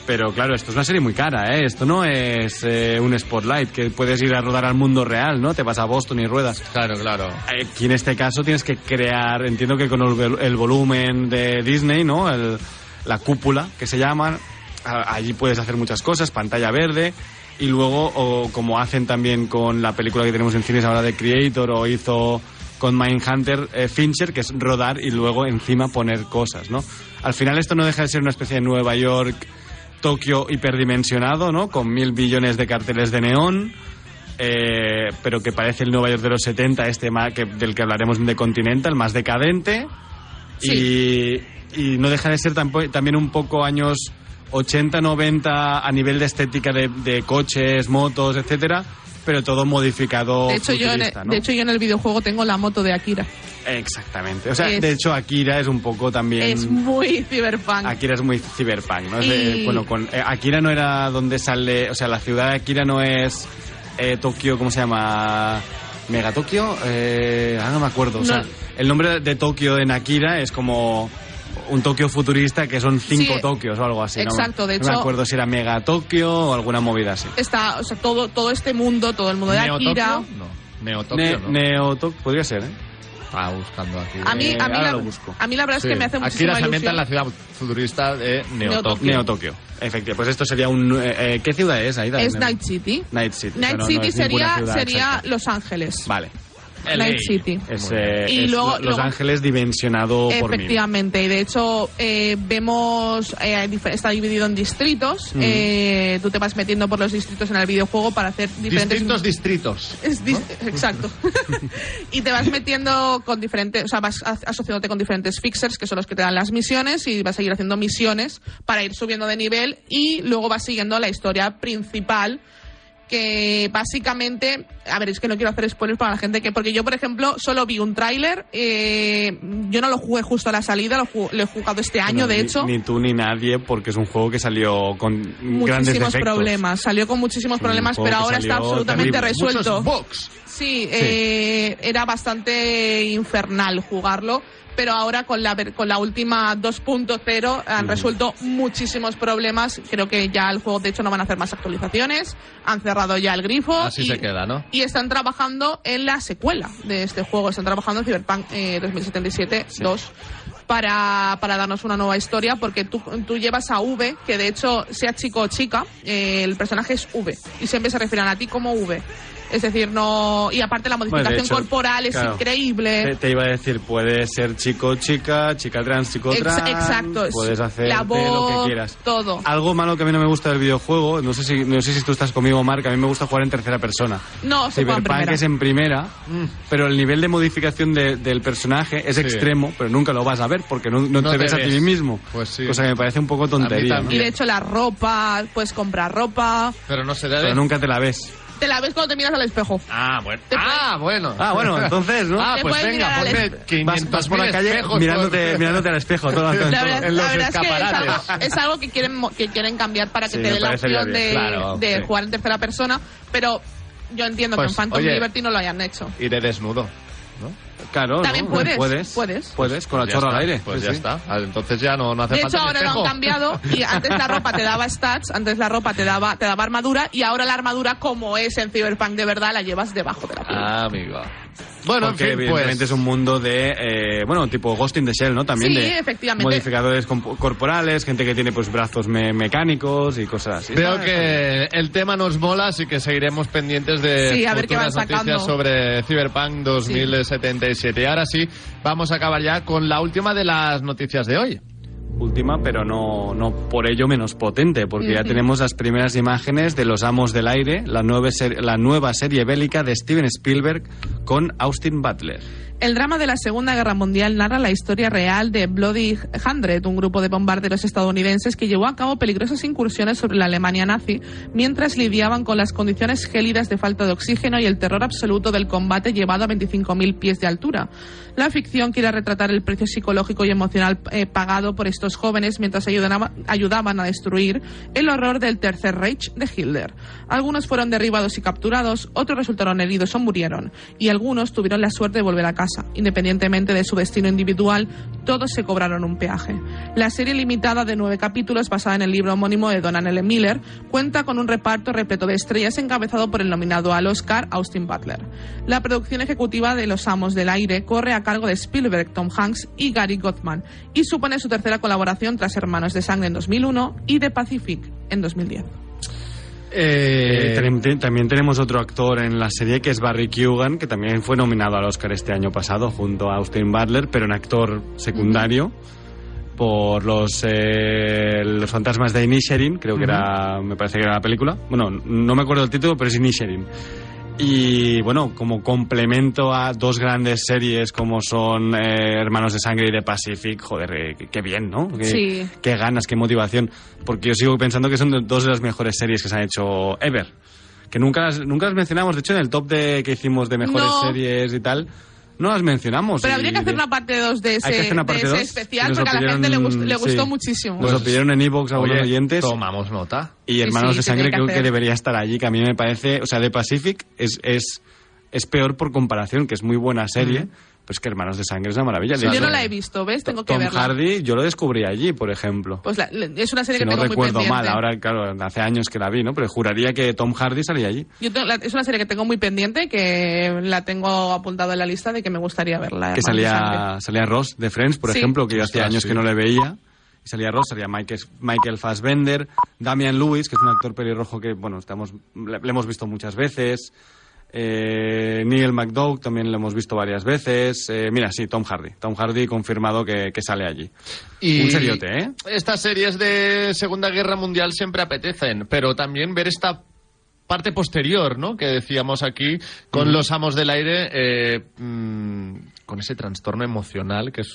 Speaker 4: Pero claro, esto es una serie muy cara, ¿eh? Esto no es eh, un spotlight que puedes ir a rodar al mundo real, ¿no? Te vas a Boston y ruedas.
Speaker 2: Claro, claro.
Speaker 4: Aquí en este caso tienes que crear, entiendo que con el, vol- el volumen de Disney, ¿no? El- la cúpula que se llama, a- allí puedes hacer muchas cosas, pantalla verde. Y luego, o como hacen también con la película que tenemos en cines ahora de Creator, o hizo con Mindhunter eh, Fincher, que es rodar y luego encima poner cosas, ¿no? Al final esto no deja de ser una especie de Nueva York, Tokio hiperdimensionado, ¿no? Con mil billones de carteles de neón, eh, pero que parece el Nueva York de los 70, este ma- que, del que hablaremos de Continental, más decadente. Y, y no deja de ser tampo- también un poco años 80-90 a nivel de estética de, de coches, motos, etcétera, pero todo modificado.
Speaker 3: De hecho, yo en el,
Speaker 4: futurista, ¿no?
Speaker 3: de hecho, yo en el videojuego tengo la moto de Akira.
Speaker 4: Exactamente. O sea,
Speaker 3: Es-
Speaker 4: de hecho, Akira es un poco también.
Speaker 3: Es muy cyberpunk.
Speaker 4: Akira es muy cyberpunk, ¿no? Es de-
Speaker 3: Y-
Speaker 4: bueno, con, eh, Akira no era donde sale, o sea, la ciudad de Akira no es eh, Tokio, ¿cómo se llama? Mega Tokio, eh, ah, no me acuerdo. O
Speaker 3: No.
Speaker 4: sea, el nombre de Tokio en Akira es como un Tokio futurista que son cinco
Speaker 3: Sí,
Speaker 4: Tokios o algo así. ¿no?
Speaker 3: exacto, de
Speaker 4: no
Speaker 3: hecho-
Speaker 4: me acuerdo si era Mega Tokio o alguna movida así.
Speaker 3: Está, o sea, todo, todo este mundo, todo el mundo de
Speaker 4: Neo
Speaker 3: Akira.
Speaker 4: Tokio,
Speaker 2: No, Neo
Speaker 4: Ne-
Speaker 2: Tokio, ¿no?
Speaker 4: Neo Tokio, podría ser, ¿eh?
Speaker 2: Estaba buscando aquí.
Speaker 3: A mí,
Speaker 4: Eh,
Speaker 3: a, mí
Speaker 4: ahora
Speaker 3: la,
Speaker 4: lo busco.
Speaker 3: a mí la verdad
Speaker 2: Sí.
Speaker 3: es que me hace
Speaker 2: Akira
Speaker 3: muchísima
Speaker 2: se ambienta
Speaker 3: ilusión.
Speaker 2: en la ciudad futurista de Neo,
Speaker 3: Neo
Speaker 2: Tokio.
Speaker 3: Tokio.
Speaker 4: Neo Tokio, efectivamente. Pues esto sería un... eh, eh, ¿Qué ciudad es, Aida?
Speaker 3: Es
Speaker 4: Neo-
Speaker 3: Night City.
Speaker 4: Night City.
Speaker 3: Night
Speaker 4: O sea, no- no
Speaker 3: City
Speaker 4: es ninguna
Speaker 3: sería,
Speaker 4: ciudad,
Speaker 3: sería
Speaker 4: exacto.
Speaker 3: Los Ángeles.
Speaker 4: Vale.
Speaker 3: Night City.
Speaker 4: Es,
Speaker 2: Muy bien.
Speaker 4: eh,
Speaker 3: Y
Speaker 4: es
Speaker 3: luego-
Speaker 4: Lo- Los
Speaker 3: luego-
Speaker 4: Ángeles dimensionado por mí.
Speaker 3: Efectivamente, y de hecho eh, vemos, eh, hay difer- está dividido en distritos,
Speaker 4: Mm.
Speaker 3: eh, tú te vas metiendo por los distritos en el videojuego para hacer diferentes...
Speaker 2: Distintos distritos.
Speaker 3: Es dis- Exacto. y te vas metiendo con diferentes, o sea, vas a- asociándote con diferentes fixers, que son los que te dan las misiones, y vas a ir haciendo misiones para ir subiendo de nivel y luego vas siguiendo la historia principal que básicamente, a ver, es que no quiero hacer spoilers para la gente que, porque yo, por ejemplo, solo vi un tráiler, eh, yo no lo jugué justo a la salida, lo, ju- lo he jugado este año,
Speaker 4: No,
Speaker 3: de
Speaker 4: ni-
Speaker 3: hecho.
Speaker 4: Ni tú ni nadie, porque es un juego que salió con grandes
Speaker 3: Muchísimos
Speaker 4: defectos.
Speaker 3: problemas, salió con muchísimos
Speaker 4: un
Speaker 3: problemas,
Speaker 4: juego
Speaker 3: pero
Speaker 4: que
Speaker 3: ahora está
Speaker 4: salió
Speaker 3: absolutamente
Speaker 4: terrible.
Speaker 3: resuelto.
Speaker 2: Muchos box.
Speaker 3: Sí, eh, era bastante infernal jugarlo, pero ahora con la, ver- con la última 2.0 han resuelto muchísimos problemas. Creo que ya el juego, de hecho, no van a hacer más actualizaciones. Han cerrado ya el grifo.
Speaker 2: Así
Speaker 3: Oh, y,
Speaker 2: se queda, ¿no?
Speaker 3: Y están trabajando en la secuela de este juego. Están trabajando en Cyberpunk eh, 2077 2 para, para darnos una nueva historia, porque tú, tú llevas a V, que de hecho, sea chico o chica, eh, el personaje es V, y siempre se refieren a ti como V. Es decir, no. Y aparte, la
Speaker 4: Bueno, de
Speaker 3: modificación
Speaker 4: hecho,
Speaker 3: corporal es
Speaker 4: claro,
Speaker 3: increíble.
Speaker 4: Te, te iba a decir, puedes ser chico, chica, chica trans, chico
Speaker 3: Ex-
Speaker 4: trans.
Speaker 3: exacto, es
Speaker 4: Puedes hacer
Speaker 3: la voz,
Speaker 4: lo que quieras. Ah,
Speaker 3: todo.
Speaker 4: Algo malo que a mí no me gusta del videojuego, no sé si, no sé si tú estás conmigo, Marc, a mí me gusta jugar en tercera persona.
Speaker 3: No, se juega en
Speaker 4: Cyberpunk
Speaker 3: primera.
Speaker 4: es en primera, pero el nivel de modificación de- del personaje es
Speaker 2: Mm. Sí.
Speaker 4: extremo, pero nunca lo vas a ver porque no, no
Speaker 2: No
Speaker 4: te,
Speaker 2: te
Speaker 4: ves, a
Speaker 2: ves.
Speaker 4: ti mismo.
Speaker 2: Pues sí.
Speaker 4: Cosa que me parece un poco tontería. ¿no?
Speaker 3: Y de hecho, la ropa, puedes comprar ropa.
Speaker 2: Pero no se
Speaker 4: Pero
Speaker 2: debe.
Speaker 4: nunca te la ves.
Speaker 3: Te la ves cuando te miras al espejo.
Speaker 2: Ah, bueno.
Speaker 3: Te
Speaker 2: Ah, bueno.
Speaker 4: Ah, bueno, entonces, ¿no?
Speaker 2: Ah,
Speaker 3: Te
Speaker 2: pues
Speaker 3: puedes
Speaker 2: venga,
Speaker 3: mirar al
Speaker 2: ponme
Speaker 3: espe-
Speaker 2: 500
Speaker 4: Vas, vas por la calle
Speaker 2: espejos, pues.
Speaker 4: mirándote,
Speaker 2: por-
Speaker 4: mirándote al espejo. Todo, todo-
Speaker 3: La verdad,
Speaker 2: en los
Speaker 3: la verdad es que es algo,
Speaker 2: escaparates.
Speaker 3: es algo que quieren mo- que quieren cambiar para que
Speaker 4: Sí,
Speaker 3: te
Speaker 4: me
Speaker 3: dé la
Speaker 4: parece ya
Speaker 3: opción
Speaker 4: bien.
Speaker 3: de,
Speaker 2: Claro,
Speaker 3: de
Speaker 2: sí.
Speaker 3: jugar en tercera persona, pero yo entiendo que
Speaker 2: Pues,
Speaker 3: en Phantom
Speaker 2: oye.
Speaker 3: Liberty no lo hayan hecho.
Speaker 2: Iré desnudo.
Speaker 4: Claro, ¿no?
Speaker 3: También puedes, puedes.
Speaker 4: Puedes, con la
Speaker 2: Ya
Speaker 4: chorra al
Speaker 2: está,
Speaker 4: aire.
Speaker 2: Pues
Speaker 4: Sí,
Speaker 2: ya
Speaker 4: sí.
Speaker 2: está. Ah, Entonces ya no, no hace
Speaker 3: De
Speaker 2: falta
Speaker 3: hecho,
Speaker 2: ni
Speaker 3: ahora lo han
Speaker 2: espejo.
Speaker 3: cambiado y antes la ropa te daba stats, antes la ropa te daba te daba armadura y ahora la armadura como es en Cyberpunk de verdad la llevas debajo de la piel.
Speaker 2: Ah, amigo. Bueno,
Speaker 4: Porque
Speaker 2: en fin,
Speaker 4: evidentemente
Speaker 2: pues.
Speaker 4: es un mundo de, eh, bueno, tipo Ghost in the Shell, ¿no? También
Speaker 3: Sí,
Speaker 4: de
Speaker 3: efectivamente.
Speaker 4: modificadores comp- corporales, gente que tiene pues brazos me- mecánicos y cosas así.
Speaker 2: Veo que el tema nos mola, así que seguiremos pendientes de
Speaker 3: Sí, a ver qué van
Speaker 2: futuras noticias
Speaker 3: sacando.
Speaker 2: sobre Cyberpunk 2077. Y ahora sí, vamos a acabar ya con la última de las noticias de hoy.
Speaker 4: última, pero no, no por ello menos potente, porque ya
Speaker 3: Ujú.
Speaker 4: tenemos las primeras imágenes de Los Amos del Aire, la, nueve ser- la nueva serie bélica de Steven Spielberg con Austin Butler.
Speaker 3: El drama de la Segunda Guerra Mundial narra la historia real de Bloody Hundred, un grupo de bombarderos estadounidenses que llevó a cabo peligrosas incursiones sobre la Alemania nazi mientras lidiaban con las condiciones gélidas de falta de oxígeno y el terror absoluto del combate llevado a 25.000 pies de altura. La ficción quiere retratar el precio psicológico y emocional eh, pagado por estos jóvenes mientras ayudanaba- ayudaban a destruir el horror del Tercer Reich de Hitler. Algunos fueron derribados y capturados, otros resultaron heridos o murieron, y algunos tuvieron la suerte de volver a casa. Independientemente de su destino individual, todos se cobraron un peaje. La serie limitada de nueve capítulos, basada en el libro homónimo de Donan L. Miller, cuenta con un reparto repleto de estrellas encabezado por el nominado al Oscar Austin Butler. La producción ejecutiva de Los Amos del Aire corre a cargo de Spielberg, Tom Hanks y Gary Gottman y supone su tercera colaboración tras Hermanos de Sangre en 2001 y The Pacific en 2010.
Speaker 4: Eh, tenem- te- también tenemos otro actor en la serie que es Barry Keoghan, que también fue nominado al Oscar este año pasado junto a Austin Butler, pero en actor secundario. Por los, eh, los fantasmas de Inisherin, creo que era, me parece que era la película. Bueno, no me acuerdo el título, pero es Inisherin. Y bueno, como complemento a dos grandes series como son eh, Hermanos de Sangre y The Pacific, joder, eh, qué- qué bien, ¿no? Qué,
Speaker 9: Sí.
Speaker 4: qué ganas, qué motivación. Porque yo sigo pensando que son de- dos de las mejores series que se han hecho ever. Que nunca las, nunca las mencionamos, de hecho, en el top de que hicimos de mejores
Speaker 3: No.
Speaker 4: series y tal, no las mencionamos.
Speaker 3: Pero
Speaker 4: Y
Speaker 3: habría que hacer
Speaker 4: de-
Speaker 3: una parte 2 de
Speaker 4: hay que
Speaker 3: ese,
Speaker 4: hacer una
Speaker 3: de
Speaker 4: parte
Speaker 3: ese
Speaker 4: dos, y
Speaker 3: especial
Speaker 4: nos lo
Speaker 3: porque a la gente le,
Speaker 4: pidieron,
Speaker 3: gust- le gustó
Speaker 4: sí.
Speaker 3: muchísimo.
Speaker 4: Nos lo pidieron en Evox algunos
Speaker 2: Oye,
Speaker 4: oyentes.
Speaker 2: Tomamos nota.
Speaker 4: Y Hermanos
Speaker 3: sí,
Speaker 4: de
Speaker 3: se tiene
Speaker 4: Sangre
Speaker 3: que
Speaker 4: creo que
Speaker 3: hacer.
Speaker 4: debería estar allí, que a mí me parece, o sea, The Pacific es, es, es peor por comparación, que es muy buena serie, pues que Hermanos de Sangre es una maravilla.
Speaker 3: Sí,
Speaker 4: De
Speaker 3: yo
Speaker 4: hecho,
Speaker 3: no la he visto, ¿ves? Tengo que
Speaker 4: Tom
Speaker 3: verla.
Speaker 4: Hardy yo lo descubrí allí, por ejemplo.
Speaker 3: Pues la- le- es una serie
Speaker 4: si
Speaker 3: que
Speaker 4: no
Speaker 3: tengo
Speaker 4: recuerdo
Speaker 3: muy pendiente.
Speaker 4: mal, ahora claro, hace años que la vi, ¿no? Pero juraría que Tom Hardy salía allí.
Speaker 3: Yo tengo la- es una serie que tengo muy pendiente, que la tengo apuntada en la lista de que me gustaría verla.
Speaker 4: que
Speaker 3: Hermanos de Sangre.
Speaker 4: salía, salía Ross de Friends, por
Speaker 3: Sí.
Speaker 4: ejemplo, que yo hacía
Speaker 2: Ostras,
Speaker 4: años
Speaker 2: sí.
Speaker 4: que no le veía. Y salía Ross, salía Michael, Michael Fassbender, Damian Lewis, que es un actor pelirrojo que, bueno, estamos, le, le hemos visto muchas veces. Eh, Neil McDowell también lo hemos visto varias veces. Eh, mira, sí, Tom Hardy. Tom Hardy confirmado que, que sale allí.
Speaker 2: Y
Speaker 4: Un seriote, ¿eh?
Speaker 2: Estas series de Segunda Guerra Mundial siempre apetecen, pero también ver esta parte posterior, ¿no? Que decíamos aquí con los amos del aire, eh, mm, con ese trastorno emocional que es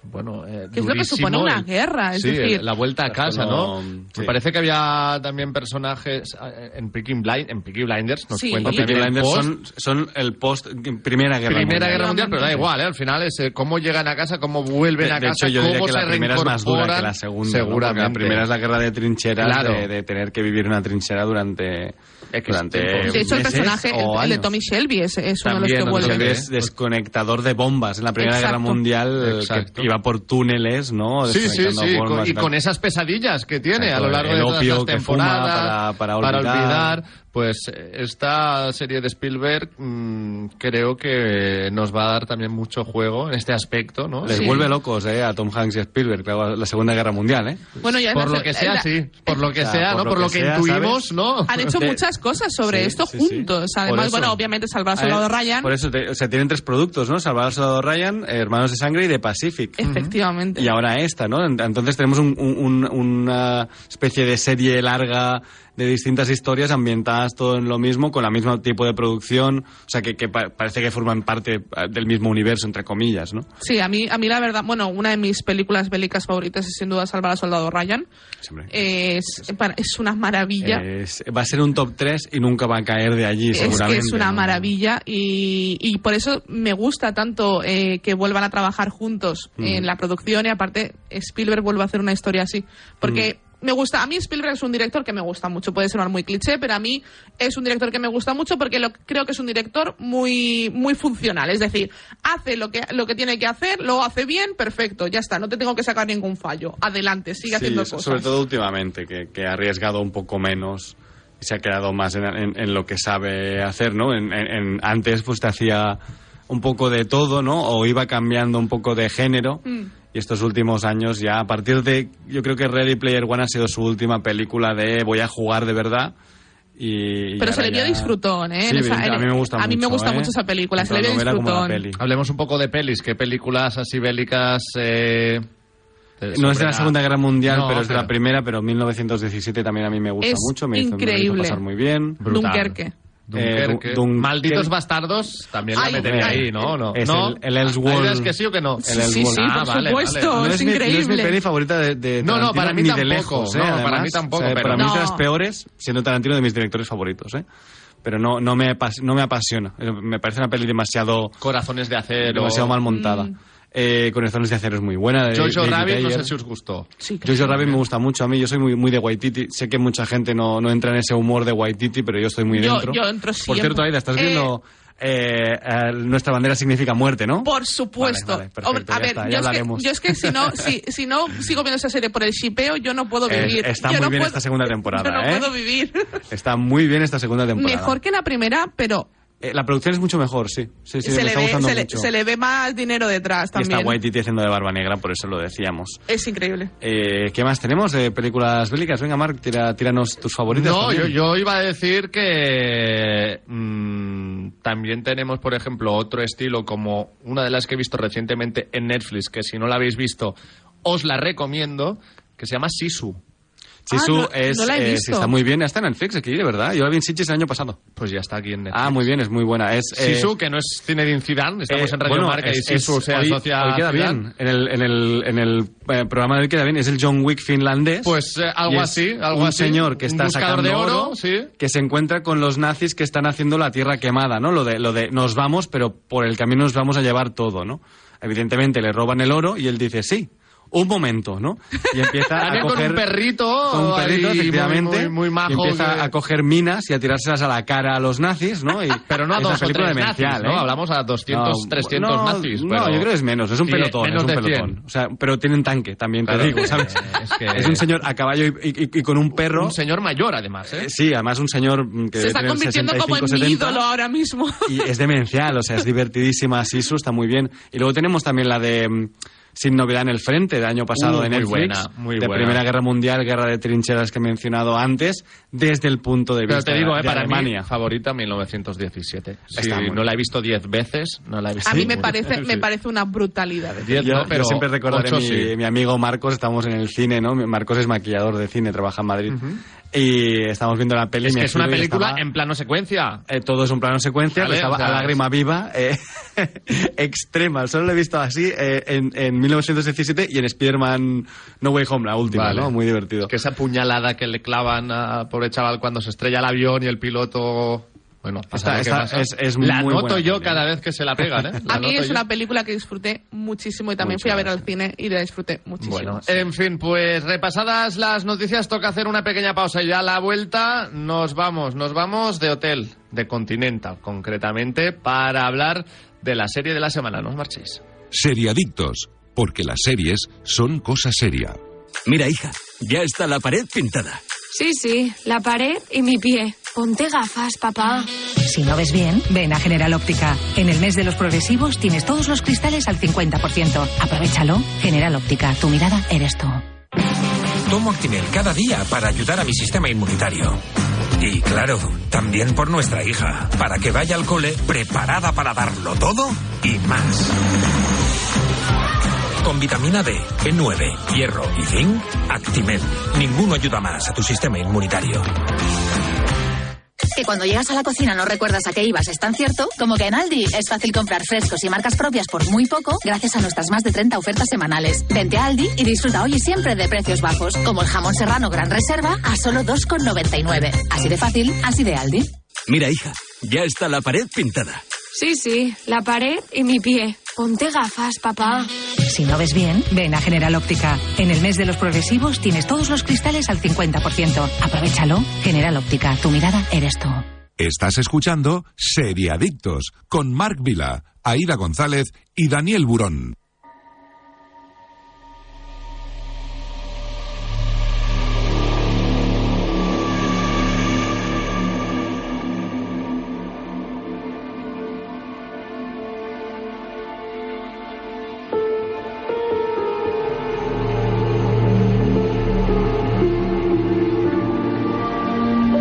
Speaker 2: bueno, eh,
Speaker 3: Que es lo que
Speaker 2: durísimo
Speaker 3: supone una
Speaker 2: y-
Speaker 3: guerra, es
Speaker 2: sí,
Speaker 3: decir-
Speaker 2: el- la vuelta a casa, ¿no?
Speaker 4: Trastorno, sí.
Speaker 2: Me parece que había también personajes eh, en Peaky, Blind, en Peaky Blinders, nos
Speaker 3: Sí.
Speaker 2: cuenta
Speaker 3: Y-
Speaker 4: Peaky
Speaker 2: también el
Speaker 4: Blinders
Speaker 2: post.
Speaker 4: son, son el post Primera Guerra
Speaker 2: Primera
Speaker 4: Mundial.
Speaker 2: Guerra Mundial, pero da igual, ¿eh? Al final es eh, cómo llegan a casa, cómo vuelven
Speaker 4: De-
Speaker 2: a
Speaker 4: de
Speaker 2: casa,
Speaker 4: hecho, yo diría
Speaker 2: cómo
Speaker 4: que
Speaker 2: se
Speaker 4: la primera es más dura que la
Speaker 2: reincorporan.
Speaker 4: segunda. ¿no? Porque
Speaker 2: Seguramente.
Speaker 4: La primera es la guerra de trincheras,
Speaker 2: Claro.
Speaker 4: de, de tener que vivir una trinchera durante.
Speaker 2: X
Speaker 4: durante
Speaker 2: tiempo.
Speaker 3: De hecho, el
Speaker 4: meses
Speaker 3: personaje, el,
Speaker 4: o
Speaker 3: el de
Speaker 4: años.
Speaker 3: Tommy Shelby, es, es uno de los
Speaker 2: También,
Speaker 3: que
Speaker 2: ¿no?
Speaker 4: Porque
Speaker 2: Shelby,
Speaker 3: vuelve.
Speaker 2: Shelby.
Speaker 4: es desconectador de bombas en la Primera
Speaker 3: Exacto.
Speaker 4: Guerra Mundial, eh,
Speaker 2: Exacto.
Speaker 4: que iba por túneles, ¿no?
Speaker 2: Sí, sí,
Speaker 4: Desconectando
Speaker 2: sí.
Speaker 4: bombas
Speaker 2: con- y
Speaker 4: tal.
Speaker 2: con esas pesadillas que tiene
Speaker 4: Exacto,
Speaker 2: a lo largo
Speaker 4: el
Speaker 2: de todas
Speaker 4: opio
Speaker 2: las
Speaker 4: que fuma
Speaker 2: temporadas
Speaker 4: para- para olvidar.
Speaker 2: Pues eh, esta serie de Spielberg mm, creo que nos va a dar también mucho juego en este aspecto, ¿no?
Speaker 4: Les
Speaker 3: Sí.
Speaker 4: vuelve locos, ¿eh? A Tom Hanks y a Spielberg, claro, la Segunda Guerra Mundial, ¿eh?
Speaker 3: Bueno, ya
Speaker 2: Por
Speaker 3: además,
Speaker 2: lo que
Speaker 3: eh,
Speaker 2: sea,
Speaker 3: la-
Speaker 2: sí. Por lo que
Speaker 4: O sea,
Speaker 2: sea, ¿no? Por lo que
Speaker 4: sea,
Speaker 2: intuimos,
Speaker 4: ¿sabes?
Speaker 2: ¿no?
Speaker 3: Han hecho
Speaker 4: De-
Speaker 3: muchas cosas sobre
Speaker 4: Sí,
Speaker 3: esto
Speaker 4: sí, sí.
Speaker 3: juntos.
Speaker 4: Por
Speaker 3: Además,
Speaker 4: eso.
Speaker 3: bueno, obviamente Salvar al Soldado
Speaker 4: Eh,
Speaker 3: Ryan.
Speaker 4: Por eso, te- o sea, tienen tres productos, ¿no? Salvador Soldado Ryan, Hermanos de Sangre y de Pacific.
Speaker 3: Efectivamente.
Speaker 4: Y ahora esta, ¿no? Ent- Entonces tenemos un- un- un- una especie de serie larga de distintas historias ambientadas todo en lo mismo, con el mismo tipo de producción, o sea, que, que pa- parece que forman parte eh, del mismo universo, entre comillas, ¿no?
Speaker 3: Sí, a mí, a mí la verdad, bueno, una de mis películas bélicas favoritas es sin duda Salvar al Soldado Ryan.
Speaker 4: Siempre.
Speaker 3: Eh, Es, para- es una maravilla.
Speaker 4: Es- va a ser un top 3 y nunca va a caer de allí,
Speaker 3: es
Speaker 4: seguramente.
Speaker 3: que es una
Speaker 4: ¿no?
Speaker 3: maravilla y, y por eso me gusta tanto eh, que vuelvan a trabajar juntos
Speaker 4: Mm.
Speaker 3: en la producción y aparte Spielberg vuelve a hacer una historia así. Porque
Speaker 4: Mm.
Speaker 3: me gusta, a mí Spielberg es un director que me gusta mucho, puede sonar muy cliché, pero a mí es un director que me gusta mucho porque lo, creo que es un director muy, muy funcional. Es decir, hace lo que, lo que tiene que hacer, lo hace bien, perfecto, ya está, no te tengo que sacar ningún fallo. Adelante, sigue
Speaker 4: Sí,
Speaker 3: haciendo
Speaker 4: so-
Speaker 3: cosas.
Speaker 4: Sobre todo últimamente, que, que ha arriesgado un poco menos y se ha quedado más en, en- en lo que sabe hacer, ¿no? En, en- en- antes pues te hacía un poco de todo, ¿no? O iba cambiando un poco de género.
Speaker 3: Mm.
Speaker 4: Y estos últimos años ya, a partir de, yo creo que Ready Player One ha sido su última película de voy a jugar de verdad. Y
Speaker 3: Pero
Speaker 4: y
Speaker 3: se le
Speaker 4: ahora
Speaker 3: vio
Speaker 4: ya-
Speaker 3: disfrutón, ¿eh?
Speaker 4: Sí,
Speaker 3: En esa-
Speaker 4: a mí me gusta
Speaker 3: a mí me gusta
Speaker 4: ¿eh?
Speaker 3: mucho esa película, se le
Speaker 4: Tanto
Speaker 3: vio
Speaker 4: novela como la
Speaker 3: disfrutón.
Speaker 4: peli.
Speaker 2: Hablemos un poco de pelis. ¿Qué películas así bélicas? eh, te
Speaker 4: No es de
Speaker 2: sobrenan?
Speaker 4: la Segunda Guerra Mundial,
Speaker 2: No,
Speaker 4: pero es de la
Speaker 2: pero-
Speaker 4: primera, pero 1917 también a mí me gusta
Speaker 3: Es
Speaker 4: mucho. Me hizo, me lo hizo
Speaker 3: increíble.
Speaker 4: pasar muy bien.
Speaker 2: Brutal.
Speaker 3: Dunkerque.
Speaker 2: Dunkerque.
Speaker 4: Eh, Du- Dunkerque.
Speaker 2: Malditos bastardos también la
Speaker 3: Ay,
Speaker 2: metería
Speaker 4: eh,
Speaker 2: ahí, ¿no? ¿No?
Speaker 4: es
Speaker 2: ¿No?
Speaker 4: el- el Ellsworth.
Speaker 2: ¿Hay veces que sí o que no?
Speaker 3: Sí, sí, sí,
Speaker 2: Ah,
Speaker 3: por
Speaker 2: vale,
Speaker 3: supuesto,
Speaker 2: vale.
Speaker 4: No
Speaker 3: es
Speaker 4: mi- no
Speaker 3: increíble.
Speaker 4: mi peli favorita de, de
Speaker 2: No, no,
Speaker 4: Tarantino,
Speaker 2: para mí
Speaker 4: ni de
Speaker 2: tampoco,
Speaker 4: lejos. ¿eh?
Speaker 2: no, para
Speaker 4: Además,
Speaker 2: mí tampoco,
Speaker 4: o sea,
Speaker 2: pero-
Speaker 4: para mí es de las
Speaker 3: No.
Speaker 4: peores, siendo Tarantino de mis directores favoritos. ¿eh? Pero no, no, me, apas- no me apasiona. Eh, Me parece una peli demasiado,
Speaker 2: Corazones de acero.
Speaker 4: demasiado mal montada.
Speaker 3: Mm.
Speaker 4: Eh, Corazones de acero es muy buena. de
Speaker 2: Jojo
Speaker 4: David
Speaker 2: Rabbit, no
Speaker 4: Ayer.
Speaker 2: sé si os gustó.
Speaker 3: Sí,
Speaker 4: Jojo Rabbit me gusta mucho a mí, yo soy muy, muy de Waititi. Sé que mucha gente no, no entra en ese humor de Waititi, pero yo estoy muy
Speaker 3: Yo-
Speaker 4: dentro.
Speaker 3: yo entro
Speaker 4: Por
Speaker 3: siempre.
Speaker 4: cierto, Aida, estás
Speaker 3: Eh,
Speaker 4: viendo eh, eh, Nuestra bandera significa muerte, ¿no?
Speaker 3: Por supuesto.
Speaker 4: Vale, vale, perfecto,
Speaker 3: Hombre,
Speaker 4: ya
Speaker 3: a ver,
Speaker 4: está,
Speaker 3: yo,
Speaker 4: ya
Speaker 3: es que,
Speaker 4: hablaremos.
Speaker 3: yo es que si no, si, si no sigo viendo esa serie por el shipeo, yo no puedo
Speaker 4: Eh,
Speaker 3: vivir.
Speaker 4: está
Speaker 3: Yo
Speaker 4: muy
Speaker 3: no
Speaker 4: bien
Speaker 3: puedo-
Speaker 4: esta segunda temporada,
Speaker 3: Yo no
Speaker 4: ¿eh?
Speaker 3: puedo vivir.
Speaker 4: Está muy bien esta segunda temporada.
Speaker 3: Mejor que la primera, pero
Speaker 4: Eh, la producción es mucho mejor, sí. Sí, sí,
Speaker 3: se,
Speaker 4: me
Speaker 3: le
Speaker 4: está
Speaker 3: ve,
Speaker 4: gustando
Speaker 3: se, le,
Speaker 4: mucho.
Speaker 3: se le ve más dinero detrás
Speaker 4: y
Speaker 3: también.
Speaker 4: está Waititi haciendo de barba negra, por eso lo decíamos.
Speaker 3: Es increíble.
Speaker 4: Eh, ¿Qué más tenemos de películas bélicas? Venga, Marc, tira, tíranos tus favoritas.
Speaker 2: No, yo,
Speaker 4: también.
Speaker 2: yo iba a decir que mm, también tenemos, por ejemplo, otro estilo como una de las que he visto recientemente en Netflix, que si no la habéis visto, os la recomiendo, que se llama Sisu.
Speaker 4: Sisu
Speaker 3: Ah, no-
Speaker 4: es,
Speaker 3: no la he
Speaker 4: eh,
Speaker 3: visto.
Speaker 4: está muy bien. Está en Netflix aquí, de verdad. Yo la vi en Sitges el año pasado.
Speaker 2: Pues ya está aquí en Netflix.
Speaker 4: Ah, muy bien, es muy buena. Es, eh,
Speaker 2: Sisu, que no es Zinedine Zidane, estamos
Speaker 4: eh,
Speaker 2: en Radio
Speaker 4: bueno,
Speaker 2: Marca
Speaker 4: es-
Speaker 2: y Sisu
Speaker 4: es-
Speaker 2: se
Speaker 4: hoy-
Speaker 2: asocia
Speaker 4: hoy queda
Speaker 2: a Zidane.
Speaker 4: bien. En el, en el, en el eh, programa de hoy queda bien. Es el John Wick finlandés.
Speaker 2: Pues eh,
Speaker 4: Y
Speaker 2: algo
Speaker 4: es
Speaker 2: así, algo
Speaker 4: un
Speaker 2: así.
Speaker 4: señor que
Speaker 2: Un
Speaker 4: está
Speaker 2: buscador
Speaker 4: sacando
Speaker 2: de oro, sí.
Speaker 4: que se encuentra con los nazis que están haciendo la tierra quemada, ¿no? Lo de, lo de nos vamos, pero por el camino nos vamos a llevar todo, ¿no? Evidentemente le roban el oro y él dice sí. Un momento, ¿no? Y empieza a
Speaker 2: También con
Speaker 4: coger
Speaker 2: un perrito,
Speaker 4: con un perrito,
Speaker 2: ahí, muy-
Speaker 4: efectivamente,
Speaker 2: muy- muy majo,
Speaker 4: y empieza
Speaker 2: que-
Speaker 4: a coger minas y a tirárselas a la cara a los nazis, ¿no? Y
Speaker 2: Pero no a
Speaker 4: es una
Speaker 2: dos o
Speaker 4: película
Speaker 2: tres nazis,
Speaker 4: demencial,
Speaker 2: ¿no?
Speaker 4: ¿eh?
Speaker 2: Hablamos a 200, 300
Speaker 4: no,
Speaker 2: nazis,
Speaker 4: No,
Speaker 2: pero-
Speaker 4: yo creo que es menos, es un
Speaker 2: Sí,
Speaker 4: pelotón,
Speaker 2: menos
Speaker 4: es un
Speaker 2: de 100.
Speaker 4: pelotón. O sea, pero tienen tanque también,
Speaker 2: Claro,
Speaker 4: te digo,
Speaker 2: eh,
Speaker 4: ¿sabes?
Speaker 2: es que-
Speaker 4: Es un señor a caballo y, y- y con un perro.
Speaker 2: Un señor mayor, además, ¿eh?
Speaker 4: Eh, Sí, además un señor mm,
Speaker 3: Se
Speaker 4: que debe
Speaker 3: está
Speaker 4: tener
Speaker 3: convirtiendo como en
Speaker 4: 65,
Speaker 3: mi
Speaker 4: 70,
Speaker 3: ídolo ahora mismo.
Speaker 4: Y es demencial, o sea, es divertidísima Sisu, está muy bien. Y luego tenemos también la de mm, Sin novedad en el frente, del año pasado
Speaker 2: Uh,
Speaker 4: de
Speaker 2: muy
Speaker 4: Netflix.
Speaker 2: buena, muy
Speaker 4: de
Speaker 2: buena.
Speaker 4: Primera Guerra Mundial, Guerra de Trincheras que he mencionado antes, desde el punto de
Speaker 2: Pero
Speaker 4: vista
Speaker 2: te digo,
Speaker 4: de,
Speaker 2: eh, para
Speaker 4: Alemania.
Speaker 2: mí, favorita 1917. Sí,
Speaker 4: Está muy
Speaker 2: no la he visto 10 veces, no la he visto.
Speaker 3: A mí me
Speaker 2: ninguna.
Speaker 3: parece, me
Speaker 2: Sí.
Speaker 3: parece una brutalidad.
Speaker 2: Diez
Speaker 4: Yo,
Speaker 2: no,
Speaker 4: yo
Speaker 2: pero
Speaker 4: siempre recordaré
Speaker 2: ocho
Speaker 4: mi,
Speaker 2: sí.
Speaker 4: mi amigo Marcos, estamos en el cine, ¿no? Mi- Marcos es maquillador de cine, trabaja en Madrid. Y estamos viendo la peli.
Speaker 2: Es
Speaker 4: me
Speaker 2: que es una
Speaker 4: giro y
Speaker 2: película
Speaker 4: estaba-
Speaker 2: en plano secuencia.
Speaker 4: eh, todo es un plano secuencia,
Speaker 2: Vale,
Speaker 4: pero estaba
Speaker 2: o sea,
Speaker 4: a lágrima viva, eh, extrema. Solo lo he visto así eh, en, en 1917 y en Spider-Man No Way Home, la última,
Speaker 2: Vale.
Speaker 4: ¿no? Muy divertido.
Speaker 2: Que esa puñalada que le clavan al pobre chaval cuando se estrella el avión y el piloto. Bueno, pasa
Speaker 4: Está-
Speaker 2: lo que
Speaker 4: está-
Speaker 2: pasa.
Speaker 4: es- es
Speaker 2: La
Speaker 4: muy
Speaker 2: noto
Speaker 4: buena
Speaker 2: yo
Speaker 4: peli.
Speaker 2: cada vez que se la pegan, ¿eh? La
Speaker 3: A mí
Speaker 2: noto
Speaker 3: es
Speaker 2: yo.
Speaker 3: una película que disfruté muchísimo y también
Speaker 4: Mucho,
Speaker 3: fui a ver al
Speaker 4: mucho.
Speaker 3: cine y la disfruté muchísimo. Eh,
Speaker 2: Bueno, en fin, pues repasadas las noticias, toca hacer una pequeña pausa y ya a la vuelta nos vamos, nos vamos de hotel, de Continental concretamente, para hablar de la serie de la semana, ¿no os marchéis?
Speaker 1: Seriadictos, porque las series son cosa seria.
Speaker 8: Mira, hija, ya está la pared pintada.
Speaker 9: Sí, sí, la pared y mi pie. Ponte gafas, papá.
Speaker 10: Si no ves bien, ven a General Óptica. En el mes de los progresivos tienes todos los cristales al 50%. Aprovechalo. General Óptica, tu mirada eres tú.
Speaker 8: Tomo Actimel cada día para ayudar a mi sistema inmunitario. Y claro, también por nuestra hija, para que vaya al cole preparada para darlo todo y más. Con vitamina D, B9, hierro y zinc, Actimel. Ninguno ayuda más a tu sistema inmunitario.
Speaker 7: Que cuando llegas a la cocina no recuerdas a qué ibas, es tan cierto como que en Aldi es fácil comprar frescos y marcas propias por muy poco gracias a nuestras más de 30 ofertas semanales. Vente a Aldi y disfruta hoy y siempre de precios bajos, como el jamón serrano gran reserva a solo 2,99. Así de fácil, así de Aldi.
Speaker 8: Mira, hija, ya está la pared pintada.
Speaker 9: Sí, sí, la pared y mi pie. Ponte gafas, papá.
Speaker 10: Si no ves bien, ven a General Óptica. En el mes de los progresivos tienes todos los cristales al 50%. Aprovechalo. General Óptica, tu mirada eres tú.
Speaker 1: Estás escuchando Seriadictos con Marc Vila, Aida González y Daniel Burón.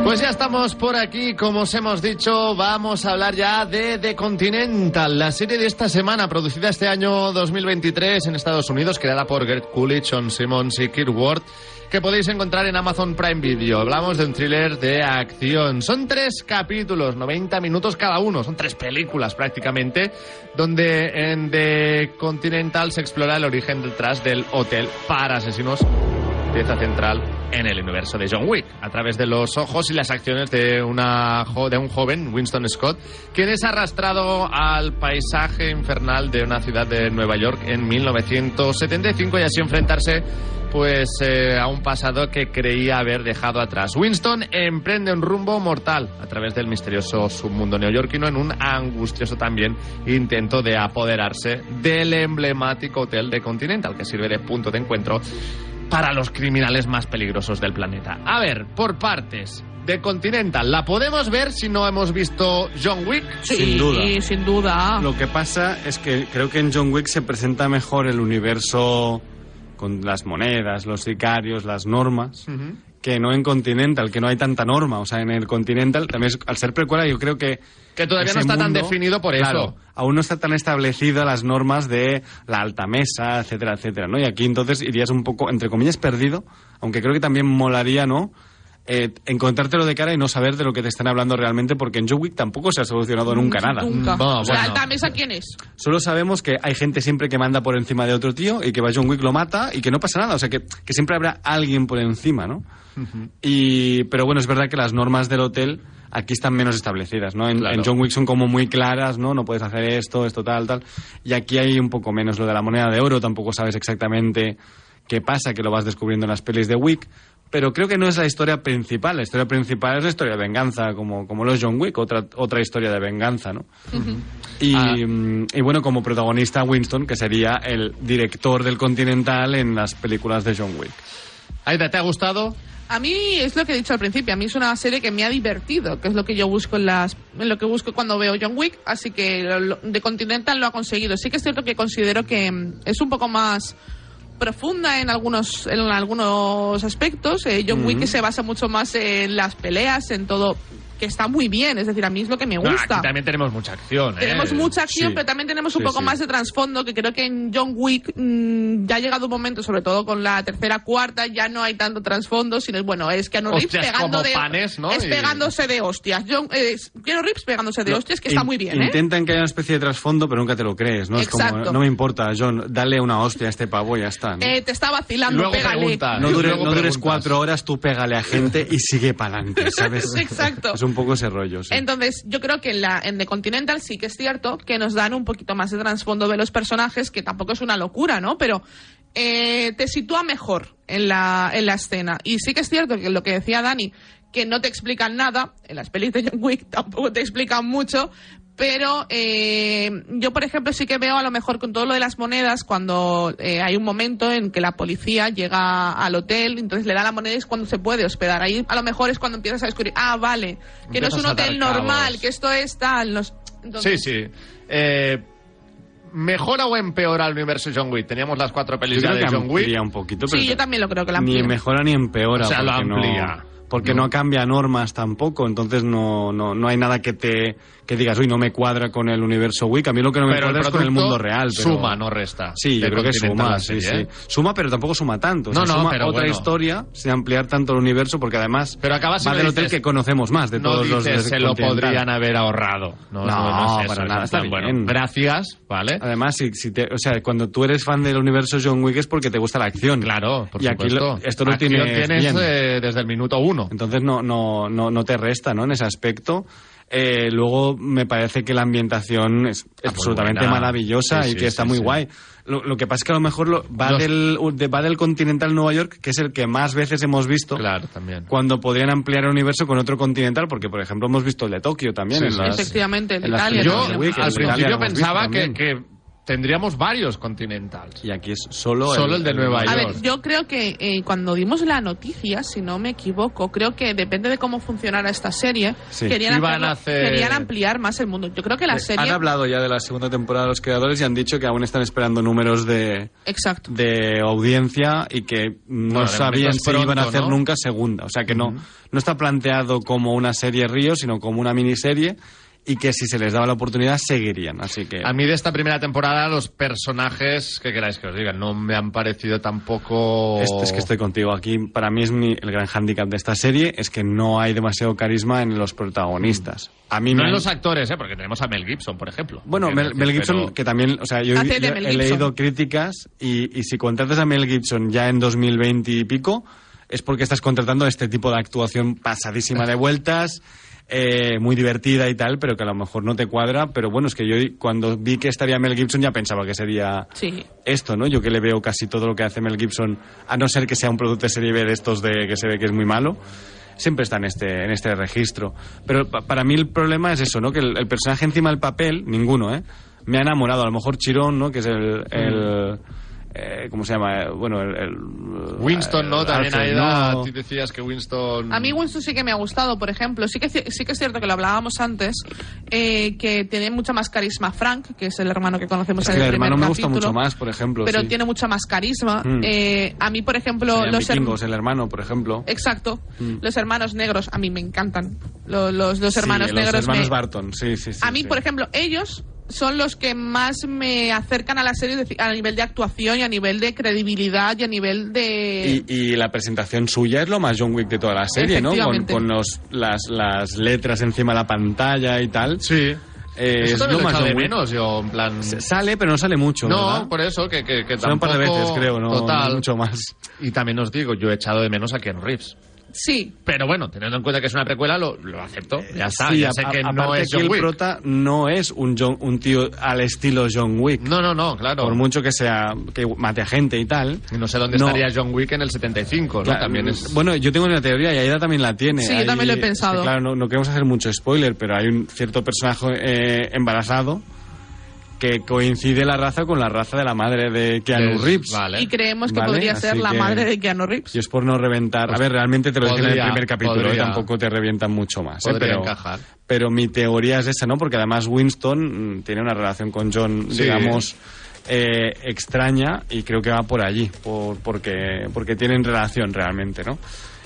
Speaker 2: Pues ya estamos por aquí, como os hemos dicho, vamos a hablar ya de The Continental, la serie de esta semana, producida este año 2023 en Estados Unidos, creada por Greg Coolidge, John Simmons y Kirk Ward, que podéis encontrar en Amazon Prime Video. Hablamos de un thriller de acción. Son tres capítulos, 90 minutos cada uno, son tres películas prácticamente, donde en The Continental se explora el origen detrás del hotel para asesinos pieza central en el universo de John Wick, a través de los ojos y las acciones de, una jo- de un joven, Winston Scott, quien es arrastrado al paisaje infernal de una ciudad de Nueva York en 1975 y así enfrentarse pues eh, a un pasado que creía haber dejado atrás. Winston emprende un rumbo mortal a través del misterioso submundo neoyorquino en un angustioso también intento de apoderarse del emblemático hotel de Continental que sirve de punto de encuentro para los criminales más peligrosos del planeta. A ver, por partes. De Continental, ¿la podemos ver si no hemos visto John Wick?
Speaker 3: Sí,
Speaker 4: sin duda.
Speaker 3: sin duda.
Speaker 4: Lo que pasa es que creo que en John Wick se presenta mejor el universo con las monedas, los sicarios, las normas, que no en Continental, que no hay tanta norma. O sea, en el Continental, también es- al ser precuela, yo creo que.
Speaker 2: Que todavía no
Speaker 4: ese
Speaker 2: está tan
Speaker 4: mundo-
Speaker 2: definido por
Speaker 4: Claro,
Speaker 2: eso.
Speaker 4: aún no está tan establecidas las normas de la alta mesa, etcétera, etcétera, ¿no? Y aquí entonces irías un poco, entre comillas, perdido, aunque creo que también molaría, ¿no? Eh, encontrártelo de cara y no saber de lo que te están hablando realmente, porque en John Wick tampoco se ha solucionado
Speaker 2: Mm,
Speaker 4: nunca nada.
Speaker 3: Nunca.
Speaker 4: No,
Speaker 2: Ah,
Speaker 3: o sea,
Speaker 4: bueno.
Speaker 3: ¿alta mesa quién es?
Speaker 4: Solo sabemos que hay gente siempre que manda por encima de otro tío y que va John Wick lo mata y que no pasa nada. O sea, que, que siempre habrá alguien por encima, ¿no? y, pero bueno, es verdad que las normas del hotel aquí están menos establecidas, ¿no? En,
Speaker 2: Claro.
Speaker 4: en John Wick son como muy claras, ¿no? No puedes hacer esto, esto, tal, tal. Y aquí hay un poco menos lo de la moneda de oro, tampoco sabes exactamente qué pasa, que lo vas descubriendo en las pelis de Wick. Pero creo que no es la historia principal. La historia principal es la historia de venganza, como, como lo es John Wick, otra, otra historia de venganza, ¿no? Y,
Speaker 2: Ah.
Speaker 4: mm, y bueno, como protagonista Winston, que sería el director del Continental en las películas de John Wick.
Speaker 2: Aida, ¿te ha gustado?
Speaker 3: A mí es lo que he dicho al principio, a mí es una serie que me ha divertido, que es lo que yo busco en las en lo que busco cuando veo John Wick, así que lo- lo- de Continental lo ha conseguido. Sí que es cierto que considero que mm, es un poco más profunda en algunos en algunos aspectos. Eh, John Wick
Speaker 2: Mm.
Speaker 3: se basa mucho más en las peleas, en todo que está muy bien, es decir, a mí es lo que me
Speaker 2: No,
Speaker 3: gusta.
Speaker 2: aquí también tenemos mucha acción. ¿eh?
Speaker 3: Tenemos mucha acción,
Speaker 4: sí.
Speaker 3: pero también tenemos un
Speaker 4: Sí,
Speaker 3: poco
Speaker 4: sí.
Speaker 3: más de trasfondo, que creo que en John Wick mm, ya ha llegado un momento, sobre todo con la tercera, cuarta, ya no hay tanto trasfondo, sino es, bueno, es Keanu Reeves
Speaker 2: Hostias
Speaker 3: pegando
Speaker 2: como
Speaker 3: de,
Speaker 2: panes, ¿no?
Speaker 3: es
Speaker 2: Y-
Speaker 3: pegándose de hostias. John, eh, es Keanu Reeves pegándose de hostias, que está
Speaker 4: In-
Speaker 3: muy bien, ¿eh?
Speaker 4: Intentan que haya una especie de trasfondo, pero nunca te lo crees, ¿no? Es
Speaker 3: Exacto.
Speaker 4: como, no me importa, John, dale una hostia a este pavo y ya está, ¿no? Ah,
Speaker 3: Eh, te está
Speaker 2: Y
Speaker 3: vacilando,
Speaker 2: luego
Speaker 3: pégale.
Speaker 2: preguntas.
Speaker 4: No,
Speaker 2: y
Speaker 4: dure-
Speaker 2: luego
Speaker 4: no dures
Speaker 2: preguntas.
Speaker 4: cuatro horas, tú pégale a gente y sigue para adelante, ¿sabes?
Speaker 3: Exacto.
Speaker 4: Es un poco ese rollo, sí.
Speaker 3: Entonces, yo creo que en, la, en The Continental sí que es cierto que nos dan un poquito más de trasfondo de los personajes, que tampoco es una locura, ¿no? Pero eh, te sitúa mejor en la, en la escena. Y sí que es cierto que lo que decía Dani, que no te explican nada, en las pelis de John Wick tampoco te explican mucho. Pero eh, yo, por ejemplo, sí que veo a lo mejor con todo lo de las monedas, cuando eh, hay un momento en que la policía llega al hotel, entonces le da la moneda y es cuando se puede hospedar. Ahí a lo mejor es cuando empiezas a descubrir, ah, vale, que no es
Speaker 2: Empiezas
Speaker 3: un
Speaker 2: a atar
Speaker 3: hotel normal,
Speaker 2: cabos.
Speaker 3: que esto es tal. los-
Speaker 2: Sí,
Speaker 3: entonces-
Speaker 2: sí. Eh, ¿Mejora o empeora el universo John Wick? Teníamos las cuatro
Speaker 4: Yo
Speaker 2: pelis ya
Speaker 4: creo
Speaker 2: de
Speaker 4: que
Speaker 2: John Wick.
Speaker 4: amplía un poquito, pero
Speaker 3: Sí, yo también lo creo que la
Speaker 4: ni
Speaker 3: amplía.
Speaker 4: mejora ni empeora.
Speaker 2: O sea, lo
Speaker 4: porque no-
Speaker 2: amplía.
Speaker 4: porque no. cambia normas tampoco, entonces no, no, no hay nada que te que digas, uy, no me cuadra con el universo Wiki. A mí lo que no me
Speaker 2: Pero
Speaker 4: cuadra es con el
Speaker 2: producto
Speaker 4: mundo real. pero-
Speaker 2: Suma, no resta.
Speaker 4: Sí, yo
Speaker 2: De
Speaker 4: creo que
Speaker 2: Continental
Speaker 4: suma,
Speaker 2: la
Speaker 4: sí,
Speaker 2: serie, ¿eh?
Speaker 4: sí. Suma, pero tampoco suma tanto. O sea,
Speaker 2: No, no,
Speaker 4: suma
Speaker 2: pero
Speaker 4: otra
Speaker 2: bueno.
Speaker 4: historia sin ampliar tanto el universo, porque además
Speaker 2: Pero acaba
Speaker 4: va
Speaker 2: siendo
Speaker 4: del hotel que conocemos más de
Speaker 2: no
Speaker 4: todos los
Speaker 2: dices,
Speaker 4: de
Speaker 2: se lo
Speaker 4: Continental".
Speaker 2: podrían haber ahorrado. No, no,
Speaker 4: No,
Speaker 2: no es eso,
Speaker 4: para
Speaker 2: es
Speaker 4: nada,
Speaker 2: en
Speaker 4: está
Speaker 2: plan,
Speaker 4: bien.
Speaker 2: Bueno, gracias, ¿vale?
Speaker 4: Además, si, si te- o sea, cuando tú eres fan del universo John Wick es porque te gusta la acción.
Speaker 2: Claro, por
Speaker 4: y aquí
Speaker 2: supuesto.
Speaker 4: lo- esto lo
Speaker 2: Acción
Speaker 4: tienes
Speaker 2: tienes
Speaker 4: bien.
Speaker 2: eh, desde el minuto uno.
Speaker 4: Entonces no, no, no, no te resta, ¿no? En ese aspecto. Eh, luego me parece que la ambientación es
Speaker 2: muy
Speaker 4: absolutamente
Speaker 2: Ah, pues buena.
Speaker 4: maravillosa
Speaker 2: Sí,
Speaker 4: y
Speaker 2: sí,
Speaker 4: que está
Speaker 2: sí,
Speaker 4: muy
Speaker 2: sí.
Speaker 4: guay. Lo, lo que pasa es que a lo mejor lo- va,
Speaker 2: Los-
Speaker 4: del, de- va del Continental Nueva York, que es el que más veces hemos visto.
Speaker 2: Claro, también.
Speaker 4: Cuando podrían ampliar el universo con otro continental, porque por ejemplo hemos visto el de Tokio también.
Speaker 2: Sí,
Speaker 4: en
Speaker 2: sí.
Speaker 4: las-
Speaker 3: Efectivamente, el
Speaker 4: en las
Speaker 3: Italia.
Speaker 2: Yo
Speaker 4: películas de
Speaker 3: también.
Speaker 4: Wick,
Speaker 2: al
Speaker 4: el de Italia lo
Speaker 2: principio
Speaker 4: hemos visto
Speaker 2: pensaba que,
Speaker 4: también.
Speaker 2: que tendríamos varios continentals.
Speaker 4: Y aquí es solo,
Speaker 2: Solo el de Nueva
Speaker 3: A
Speaker 2: York.
Speaker 3: ver, yo creo que eh, cuando dimos la noticia, si no me equivoco, creo que depende de cómo funcionara esta serie,
Speaker 4: Sí.
Speaker 3: querían,
Speaker 2: Iban a
Speaker 3: hacerlo-
Speaker 2: hacer-
Speaker 3: querían ampliar más el mundo. Yo creo que la
Speaker 4: Han
Speaker 3: serie...
Speaker 4: hablado ya de la segunda temporada los creadores y han dicho que aún están esperando números de,
Speaker 3: Exacto.
Speaker 4: de audiencia y que no
Speaker 2: Bueno, de
Speaker 4: sabían
Speaker 2: momento es
Speaker 4: si iban a
Speaker 2: pronto,
Speaker 4: hacer
Speaker 2: ¿no?
Speaker 4: nunca segunda. O sea que no, no está planteado como una serie Río, sino como una miniserie y que si se les daba la oportunidad seguirían. Así que
Speaker 2: A mí de esta primera temporada los personajes, que queráis que os diga, no me han parecido tampoco...
Speaker 4: Este, es, es que estoy contigo aquí. Para mí es mi- el gran hándicap de esta serie es que no hay demasiado carisma en los protagonistas. A mí
Speaker 2: No
Speaker 4: me
Speaker 2: en
Speaker 4: han-
Speaker 2: los actores, ¿eh? porque tenemos a Mel Gibson, por ejemplo.
Speaker 4: Bueno,
Speaker 2: Quiero
Speaker 4: Mel,
Speaker 2: decir,
Speaker 4: Mel Gibson,
Speaker 2: pero-
Speaker 4: que también, o sea, yo,
Speaker 3: Hace de
Speaker 4: yo
Speaker 3: Mel
Speaker 4: he
Speaker 3: Gibson.
Speaker 4: leído críticas y, y si contratas a Mel Gibson ya en 2020 y pico, es porque estás contratando este tipo de actuación pasadísima de vueltas, eh, muy divertida y tal, pero que a lo mejor no te cuadra. Pero bueno, es que yo cuando vi que estaría Mel Gibson ya pensaba que sería
Speaker 3: Sí.
Speaker 4: esto, ¿no? Yo que le veo casi todo lo que hace Mel Gibson, a no ser que sea un producto de serie B de estos de que se ve que es muy malo, siempre está en este, en este registro. Pero pa- para mí el problema es eso, ¿no? Que el, el personaje encima del papel, ninguno, ¿eh? Me ha enamorado. A lo mejor Chirón, ¿no? Que es el, el, eh, ¿cómo se llama? Eh, Bueno, el, el-
Speaker 2: Winston, ¿no? También
Speaker 4: Alfred,
Speaker 2: hay edad.
Speaker 4: eh, ¿no?
Speaker 2: Tú decías que
Speaker 4: Mm.
Speaker 2: Winston.
Speaker 3: A mí Winston sí que me ha gustado, por ejemplo. Sí que, ci- sí que es cierto que lo hablábamos antes, eh, que tiene mucha más carisma Frank, que es el hermano que conocemos
Speaker 4: Es
Speaker 3: en
Speaker 4: que el
Speaker 3: el primer
Speaker 4: hermano me gusta
Speaker 3: capítulo,
Speaker 4: mucho más, por ejemplo.
Speaker 3: Pero
Speaker 4: sí.
Speaker 3: tiene mucha más carisma.
Speaker 4: Mm.
Speaker 3: Eh, a mí, por ejemplo,
Speaker 4: Serían
Speaker 3: los, her- Eh,
Speaker 4: vikingos, el hermano, por ejemplo.
Speaker 3: Exacto.
Speaker 4: eh. Mm.
Speaker 3: Los hermanos negros, a mí me encantan. Lo- Los, dos hermanos
Speaker 4: Sí,
Speaker 3: negros.
Speaker 4: Los hermanos
Speaker 3: me-
Speaker 4: Barton, sí, sí, sí.
Speaker 3: a mí,
Speaker 4: sí.
Speaker 3: por ejemplo, ellos son los que más me acercan a la serie de- a nivel de actuación y a nivel de credibilidad y a nivel de...
Speaker 4: Y, y la presentación suya es lo más John Wick de toda la serie, ¿no? Con,
Speaker 3: Efectivamente.
Speaker 4: con los, las, las letras encima de la pantalla y tal.
Speaker 2: Sí.
Speaker 4: Eh,
Speaker 2: Eso también
Speaker 4: es lo
Speaker 2: lo he
Speaker 4: más
Speaker 2: echado
Speaker 4: John
Speaker 2: de
Speaker 4: Wick.
Speaker 2: menos, yo, en plan.
Speaker 4: Se- Sale, pero no sale mucho.
Speaker 2: no,
Speaker 4: ¿verdad?
Speaker 2: por eso, que, que, que
Speaker 4: Sale un par de
Speaker 2: tampoco-
Speaker 4: veces, creo, ¿no?
Speaker 2: Total.
Speaker 4: No mucho más.
Speaker 2: Y también os digo, yo he echado de menos a Ken Reeves.
Speaker 3: Sí,
Speaker 2: Pero bueno, teniendo en cuenta que es una precuela, lo, lo acepto. Ya está,
Speaker 4: Sí,
Speaker 2: ya
Speaker 4: a-
Speaker 2: sé
Speaker 4: a-
Speaker 2: que no
Speaker 4: aparte
Speaker 2: es
Speaker 4: que
Speaker 2: John
Speaker 4: el
Speaker 2: Wick.
Speaker 4: prota no es un, John- un tío al estilo John Wick.
Speaker 2: No, no, no, claro.
Speaker 4: Por mucho que sea que mate a gente y tal.
Speaker 2: Y No sé dónde
Speaker 4: No.
Speaker 2: estaría John Wick en el 75, ¿no?
Speaker 4: Claro, mm,
Speaker 2: También es...
Speaker 4: Bueno, yo tengo una teoría y Aida también la tiene.
Speaker 3: Sí, yo también lo he
Speaker 4: es
Speaker 3: pensado.
Speaker 4: que, claro, no, no queremos hacer mucho spoiler, pero hay un cierto personaje eh, embarazado que coincide la raza con la raza de la madre de Keanu
Speaker 2: es-
Speaker 4: Reeves.
Speaker 2: Vale.
Speaker 3: y creemos que
Speaker 4: Vale,
Speaker 3: podría
Speaker 4: así
Speaker 3: ser la
Speaker 4: que-
Speaker 3: madre de Keanu Reeves.
Speaker 4: Y es por no reventar. A ver, realmente te lo dije en el
Speaker 2: Podría,
Speaker 4: primer capítulo,
Speaker 2: podría.
Speaker 4: y tampoco te revientan mucho más. ¿eh?
Speaker 2: Podría
Speaker 4: Pero,
Speaker 2: encajar.
Speaker 4: pero mi teoría es esa, ¿no? Porque además Winston mm, tiene una relación con John,
Speaker 2: Sí.
Speaker 4: digamos, eh, extraña y creo que va por allí, por- porque, porque tienen relación realmente, ¿no?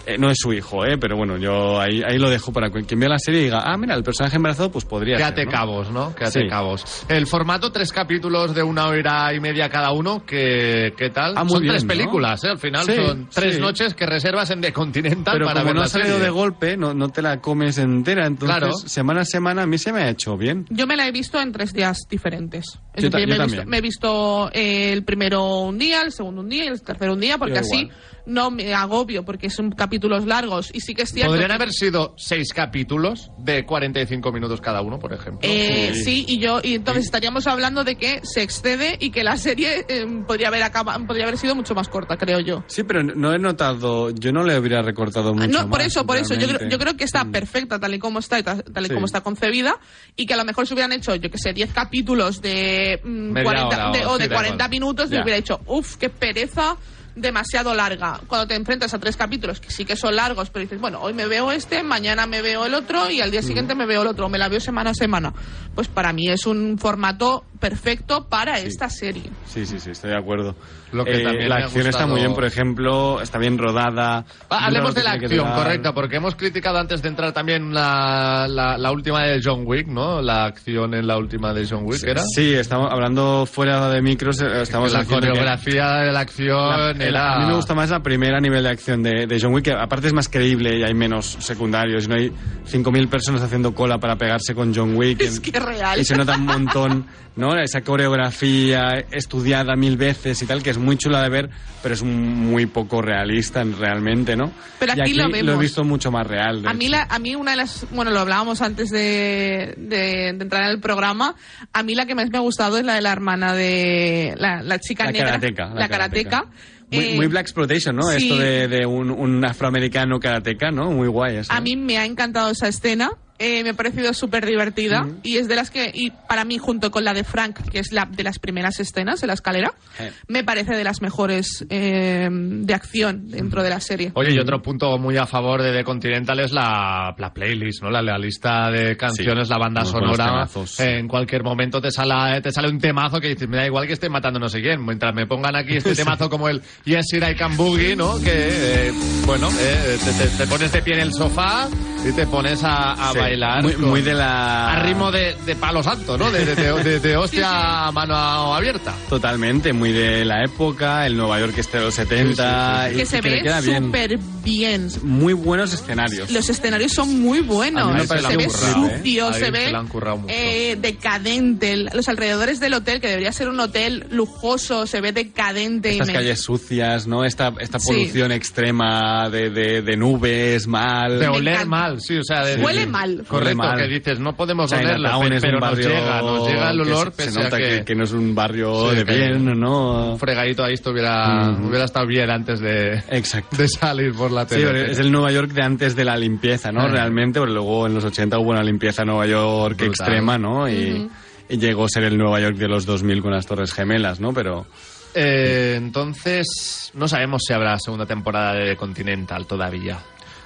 Speaker 4: Eh, no es su hijo, ¿eh? Pero bueno, yo ahí, ahí lo dejo para que quien vea la serie y diga, ah, mira, el personaje embarazado, pues podría
Speaker 2: Quédate
Speaker 4: ser. ¿no?
Speaker 2: cabos, ¿no? Quédate
Speaker 4: Sí.
Speaker 2: cabos. El formato, tres capítulos de una hora y media cada uno, ¿qué, qué tal?
Speaker 4: Ah, muy
Speaker 2: son
Speaker 4: bien,
Speaker 2: tres
Speaker 4: ¿no?
Speaker 2: películas, ¿eh? Al final
Speaker 4: Sí,
Speaker 2: son tres
Speaker 4: sí.
Speaker 2: noches que reservas en The Continental
Speaker 4: Pero
Speaker 2: para
Speaker 4: como
Speaker 2: ver
Speaker 4: no
Speaker 2: la
Speaker 4: ha salido
Speaker 2: serie.
Speaker 4: de golpe, no, no te la comes entera, entonces
Speaker 2: Claro.
Speaker 4: semana a semana a mí se me ha hecho bien.
Speaker 3: Yo me la he visto en tres días diferentes. Es
Speaker 4: Yo
Speaker 3: decir,
Speaker 4: ta- yo
Speaker 3: me, he visto,
Speaker 4: también.
Speaker 3: me he visto, eh, el primero un día, el segundo un día y el tercero un día, porque
Speaker 4: Yo
Speaker 3: así
Speaker 4: igual.
Speaker 3: no me agobio, porque son capítulos largos. Y sí que es cierto.
Speaker 2: Podrían
Speaker 3: que-
Speaker 2: haber sido seis capítulos de 45 minutos cada uno, por ejemplo.
Speaker 3: Eh, sí, y yo, y entonces estaríamos hablando de que se excede y que la serie eh, podría, haber acaba, podría haber sido mucho más corta, creo yo.
Speaker 4: Sí, pero no he notado, yo no le hubiera recortado mucho.
Speaker 3: Ah, no, por
Speaker 4: más,
Speaker 3: eso, por eso. Yo creo,
Speaker 4: realmente. Mm.
Speaker 3: yo creo que está perfecta tal y como está, y ta- tal y
Speaker 4: Sí.
Speaker 3: como está concebida, y que a lo mejor se hubieran hecho, yo que sé, 10 capítulos de mm,
Speaker 2: Media
Speaker 3: 40,
Speaker 2: hora o-
Speaker 3: de, o
Speaker 2: sí,
Speaker 3: de
Speaker 2: da
Speaker 3: 40
Speaker 2: igual.
Speaker 3: minutos,
Speaker 4: Ya.
Speaker 3: y hubiera dicho, uff, qué pereza demasiado larga. Cuando te enfrentas a tres capítulos que sí que son largos, pero dices, bueno, hoy me veo este, mañana me veo el otro y al día siguiente me veo el otro, me la veo semana a semana. Pues para mí es un formato perfecto para esta serie.
Speaker 4: Sí, sí, sí, estoy de acuerdo. Eh,
Speaker 2: Lo que también
Speaker 4: la
Speaker 2: me ha
Speaker 4: acción está
Speaker 2: gustado-
Speaker 4: muy bien, por ejemplo, está bien rodada.
Speaker 2: Va, Ah, hablemos
Speaker 4: dura lo
Speaker 2: de la
Speaker 4: que tiene que
Speaker 2: acción,
Speaker 4: durar.
Speaker 2: correcta, porque hemos criticado antes de entrar también la, la, la última de John Wick, ¿no? La acción en la última de John Wick, ¿era?
Speaker 4: Sí, estamos hablando fuera de micros, eh, estamos
Speaker 2: la
Speaker 4: diciendo que
Speaker 2: coreografía de la
Speaker 4: la-
Speaker 2: acción
Speaker 4: el-
Speaker 2: era...
Speaker 4: A mí me gusta más la primera nivel de acción de, de John Wick, que aparte es más creíble y hay menos secundarios. No hay 5.000 personas haciendo cola para pegarse con John Wick.
Speaker 3: Es
Speaker 4: en-
Speaker 3: que es real.
Speaker 4: Y se nota un montón, ¿no? Esa coreografía estudiada mil veces y tal, que es muy chula de ver, pero es muy poco realista en- realmente, ¿no?
Speaker 3: Pero
Speaker 4: Y
Speaker 3: aquí lo
Speaker 4: he
Speaker 3: vemos.
Speaker 4: visto mucho más real. de
Speaker 3: A mí,
Speaker 4: hecho.
Speaker 3: la, a mí una de las... Bueno, lo hablábamos antes de, de- de entrar en el programa. A mí la que más me ha gustado es la de la hermana de... La, la chica
Speaker 4: La
Speaker 3: negra.
Speaker 4: karateca, la
Speaker 3: La karateca.
Speaker 4: karateca. Muy,
Speaker 3: Eh,
Speaker 4: muy Black Exploitation, ¿no?
Speaker 3: sí.
Speaker 4: Esto de, de un, un afroamericano karateca, ¿no? Muy guay eso.
Speaker 3: A mí me ha encantado esa escena. eh, me ha parecido súper divertida. Y es de las que... Y para mí, junto con la de Frank, que es la de las primeras escenas en la escalera,
Speaker 4: Eh.
Speaker 3: me parece de las mejores eh, de acción dentro de la serie.
Speaker 2: Oye, y otro punto muy a favor de The Continental es la, la playlist, ¿no? La, la lista de canciones, la banda
Speaker 4: unos buenos
Speaker 2: sonora.
Speaker 4: temazos.
Speaker 2: Eh, en cualquier momento te sale, te sale un temazo que dices, me da igual que esté matando no sé quién. Mientras me pongan aquí este temazo como el Yes, Here I Can Boogie, ¿no? Que, eh, bueno, eh, te, te- te pones de pie en el sofá y te pones a, a
Speaker 4: Sí.
Speaker 2: bailar.
Speaker 4: Muy,
Speaker 2: con-
Speaker 4: muy de la.
Speaker 2: A ritmo de, de palo santo, ¿no? De, de- de- de- de hostia a mano abierta.
Speaker 4: Totalmente, muy de la época, el Nueva York este de los 70. y-
Speaker 3: que
Speaker 4: y
Speaker 3: se
Speaker 4: le
Speaker 3: ve
Speaker 4: queda bien.
Speaker 3: súper bien.
Speaker 4: Muy buenos escenarios.
Speaker 3: Los escenarios son muy
Speaker 4: A mí
Speaker 3: buenos.
Speaker 4: me
Speaker 3: Se,
Speaker 4: parece
Speaker 3: ve
Speaker 4: currado, ¿eh?
Speaker 3: sucio,
Speaker 2: Ahí
Speaker 3: se
Speaker 2: se
Speaker 3: ve
Speaker 2: la han currado mucho.
Speaker 3: eh, decadente. El- Los alrededores del hotel, que debería ser un hotel lujoso, se ve decadente. y
Speaker 4: Estas
Speaker 3: me-
Speaker 4: calles sucias, ¿no? Esta, esta
Speaker 3: Sí.
Speaker 4: polución extrema de, de, de nubes, mal.
Speaker 2: De
Speaker 3: Me
Speaker 2: oler
Speaker 3: encanta.
Speaker 2: mal, sí, o sea, de-
Speaker 3: Sí. Huele mal.
Speaker 4: Huele
Speaker 2: Correcto,
Speaker 4: mal.
Speaker 2: que dices, no podemos
Speaker 4: Chinatown
Speaker 2: olerla, pe-
Speaker 4: es
Speaker 2: pero
Speaker 4: un
Speaker 2: nos
Speaker 4: barrio
Speaker 2: llega, nos llega el
Speaker 4: que se-
Speaker 2: olor,
Speaker 4: se,
Speaker 2: pese a
Speaker 4: nota que,
Speaker 2: que,
Speaker 4: que no es un barrio
Speaker 2: Sí,
Speaker 4: de
Speaker 2: que-
Speaker 4: bien, ¿no?
Speaker 2: un fregadito ahí estuviera,
Speaker 4: Mm.
Speaker 2: hubiera estado bien antes de,
Speaker 4: Exacto.
Speaker 2: de salir por la
Speaker 4: Sí,
Speaker 2: tele.
Speaker 4: pero es el Nueva York de antes de la limpieza, ¿no?
Speaker 2: Ah.
Speaker 4: Realmente, porque luego en los 80 hubo una limpieza en Nueva York
Speaker 2: Brutal.
Speaker 4: extrema, ¿no? Y, y llegó a ser el Nueva York de los 2000 con las Torres Gemelas, ¿no? Pero,
Speaker 2: Eh, entonces, no sabemos si habrá segunda temporada de Continental todavía.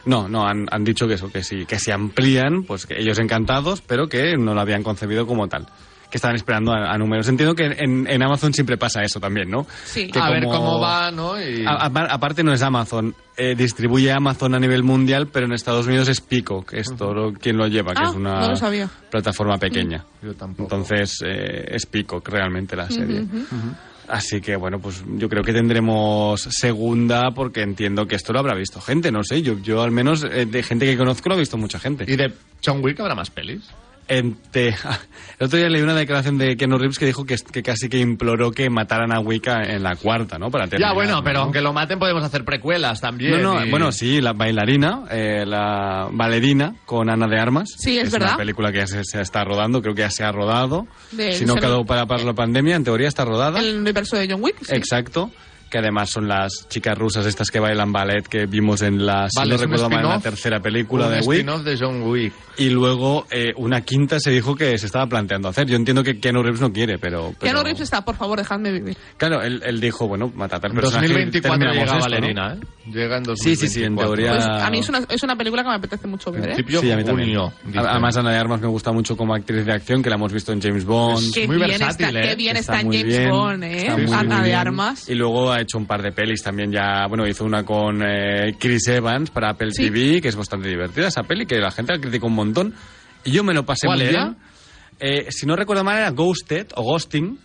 Speaker 4: No, no, han, han dicho que eso, que sí, que se amplían, pues que ellos encantados, pero que no lo habían concebido como tal. Que estaban esperando a, a números. Entiendo que en, en Amazon siempre pasa eso también, ¿no?
Speaker 3: Sí.
Speaker 4: Que
Speaker 2: a ver
Speaker 4: como-
Speaker 2: cómo va, ¿no? Y-
Speaker 4: A- apar- aparte no es Amazon, eh, distribuye Amazon a nivel mundial, pero en Estados Unidos es Pico, que es todo quien lo lleva, que
Speaker 3: Ah,
Speaker 4: es una
Speaker 3: no lo sabía.
Speaker 4: plataforma pequeña.
Speaker 2: Yo tampoco.
Speaker 4: Entonces eh, es Pico realmente la serie. Así que bueno, pues yo creo que tendremos segunda porque entiendo que esto lo habrá visto gente, no sé, yo, yo al menos eh, de gente que conozco lo ha visto mucha gente.
Speaker 2: ¿Y de John Wick habrá más pelis?
Speaker 4: Ente- El otro día leí una declaración de Keanu Reeves que dijo que, que casi que imploró que mataran a Wicca en la cuarta, ¿no? Para
Speaker 2: Ya,
Speaker 4: terminar,
Speaker 2: bueno,
Speaker 4: ¿no?
Speaker 2: pero aunque lo maten podemos hacer precuelas también.
Speaker 4: No, no,
Speaker 2: y-
Speaker 4: bueno, sí, la bailarina, eh, la bailarina con Ana de Armas.
Speaker 3: Sí, es
Speaker 4: una
Speaker 3: verdad.
Speaker 4: película que ya se, se está rodando, creo que ya se ha rodado.
Speaker 3: De-
Speaker 4: si no
Speaker 3: se-
Speaker 4: quedó para, para la pandemia, en teoría está rodada.
Speaker 3: El universo de John Wick. sí.
Speaker 4: Exacto. Que además son las chicas rusas estas que bailan ballet que vimos en la, si
Speaker 2: Vale,
Speaker 4: no
Speaker 2: es un
Speaker 4: recuerdo mal, en la
Speaker 2: spin-off,
Speaker 4: tercera película
Speaker 2: un
Speaker 4: de Wick.
Speaker 2: spin-off de John Wick.
Speaker 4: Y luego eh, una quinta se dijo que se estaba planteando hacer. Yo entiendo que Keanu Reeves no quiere, pero... pero-
Speaker 3: Keanu Reeves está, por favor, dejadme vivir.
Speaker 4: Claro, él, él dijo, bueno, matad al
Speaker 2: En
Speaker 4: personaje y
Speaker 2: 2024
Speaker 4: terminamos
Speaker 2: llega
Speaker 4: esto, ¿no?
Speaker 2: Valerina, ¿eh? Llega en 2024.
Speaker 4: Sí, sí, sí, en teoría-
Speaker 3: Pues
Speaker 4: Ah.
Speaker 3: a mí es una, es una película que me apetece mucho ver, ¿eh?
Speaker 2: Principio
Speaker 4: Sí, a mí
Speaker 2: junio,
Speaker 4: también.
Speaker 2: dicen.
Speaker 4: A- Además, Ana de Armas me gusta mucho como actriz de acción, que la hemos visto en James Bond.
Speaker 3: Qué
Speaker 2: muy
Speaker 3: bien
Speaker 2: versátil,
Speaker 3: está,
Speaker 2: ¿eh?
Speaker 3: qué bien
Speaker 4: Está
Speaker 3: está,
Speaker 4: muy
Speaker 3: James
Speaker 4: bien,
Speaker 3: Bond, ¿eh?
Speaker 4: está muy,
Speaker 3: Ana
Speaker 4: muy
Speaker 3: de
Speaker 4: bien.
Speaker 3: Armas.
Speaker 4: Y luego ha hecho un par de pelis también ya, bueno, hizo una con eh, Chris Evans para Apple
Speaker 3: Sí.
Speaker 4: TV, que es bastante divertida esa peli, que la gente la criticó un montón. Y yo me lo pasé
Speaker 2: ¿Cuál
Speaker 4: muy
Speaker 2: era?
Speaker 4: bien. Eh, si no recuerdo mal, era Ghosted o Ghosting,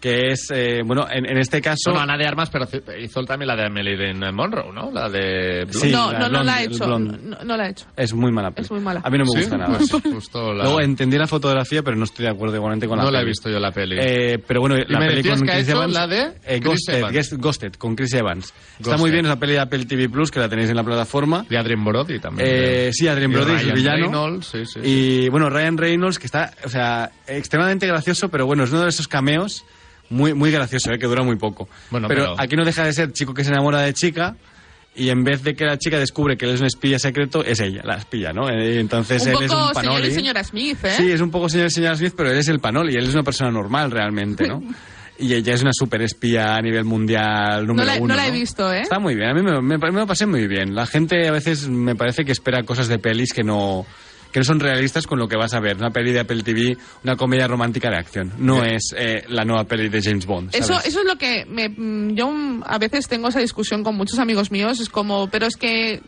Speaker 4: que es, eh, bueno, en, en este caso...
Speaker 2: Bueno, Ana de Armas, pero hizo también la de Marilyn Monroe, ¿no? La de... Blonde.
Speaker 4: sí,
Speaker 3: no,
Speaker 4: la
Speaker 3: no, no la
Speaker 4: blonde,
Speaker 3: ha
Speaker 4: el
Speaker 3: hecho.
Speaker 4: blonde.
Speaker 3: No, no la ha hecho.
Speaker 4: es muy mala peli.
Speaker 3: Es muy mala.
Speaker 4: A mí no me
Speaker 2: Sí,
Speaker 4: gusta nada.
Speaker 2: pues justo la-
Speaker 4: Luego entendí la fotografía, pero no estoy de acuerdo igualmente con la
Speaker 2: no la he
Speaker 4: peli.
Speaker 2: visto yo la peli.
Speaker 4: Eh, pero bueno, la
Speaker 2: me
Speaker 4: peli
Speaker 2: decías
Speaker 4: con
Speaker 2: que ha
Speaker 4: Chris
Speaker 2: hecho
Speaker 4: Evans.
Speaker 2: la de
Speaker 4: eh,
Speaker 2: Chris
Speaker 4: Ghosted,
Speaker 2: Evans.
Speaker 4: Guest- Ghosted, con Chris Evans. Está
Speaker 2: Ghosted.
Speaker 4: muy bien esa peli de Apple TV Plus, que la tenéis en la plataforma.
Speaker 2: de Adrien Brody también.
Speaker 4: Eh, sí, Adrien
Speaker 2: Y
Speaker 4: Brody es el
Speaker 2: Ryan
Speaker 4: villano.
Speaker 2: Reynolds, sí, sí, sí.
Speaker 4: Y bueno, Ryan Reynolds, que está, o sea, extremadamente gracioso, pero bueno, es uno de esos cameos muy, muy gracioso, eh, que dura muy poco.
Speaker 2: Bueno, pero-
Speaker 4: aquí no deja de ser chico que se enamora de chica. Y en vez de que la chica descubre que él es un espía secreto, es ella, la espía, ¿no? Eh, Entonces
Speaker 3: Un
Speaker 4: él es un
Speaker 3: poco señor
Speaker 4: panoli.
Speaker 3: y señora Smith, ¿eh?
Speaker 4: Sí, es un poco señor y señora Smith, pero él es el panol y él es una persona normal realmente, ¿no? Y ella es una super espía a nivel mundial, número
Speaker 3: la- no
Speaker 4: uno.
Speaker 3: la he visto, ¿eh?
Speaker 4: Está muy bien, a mí me, me- me lo pasé muy bien. La gente a veces me parece que espera cosas de pelis que no, que no son realistas con lo que vas a ver. Una peli de Apple TV, una comedia romántica de acción. No es eh, la nueva peli de James Bond. ¿sabes?
Speaker 3: Eso, eso es lo que me, mm, yo mm, a veces tengo esa discusión con muchos amigos míos. Es como, pero es que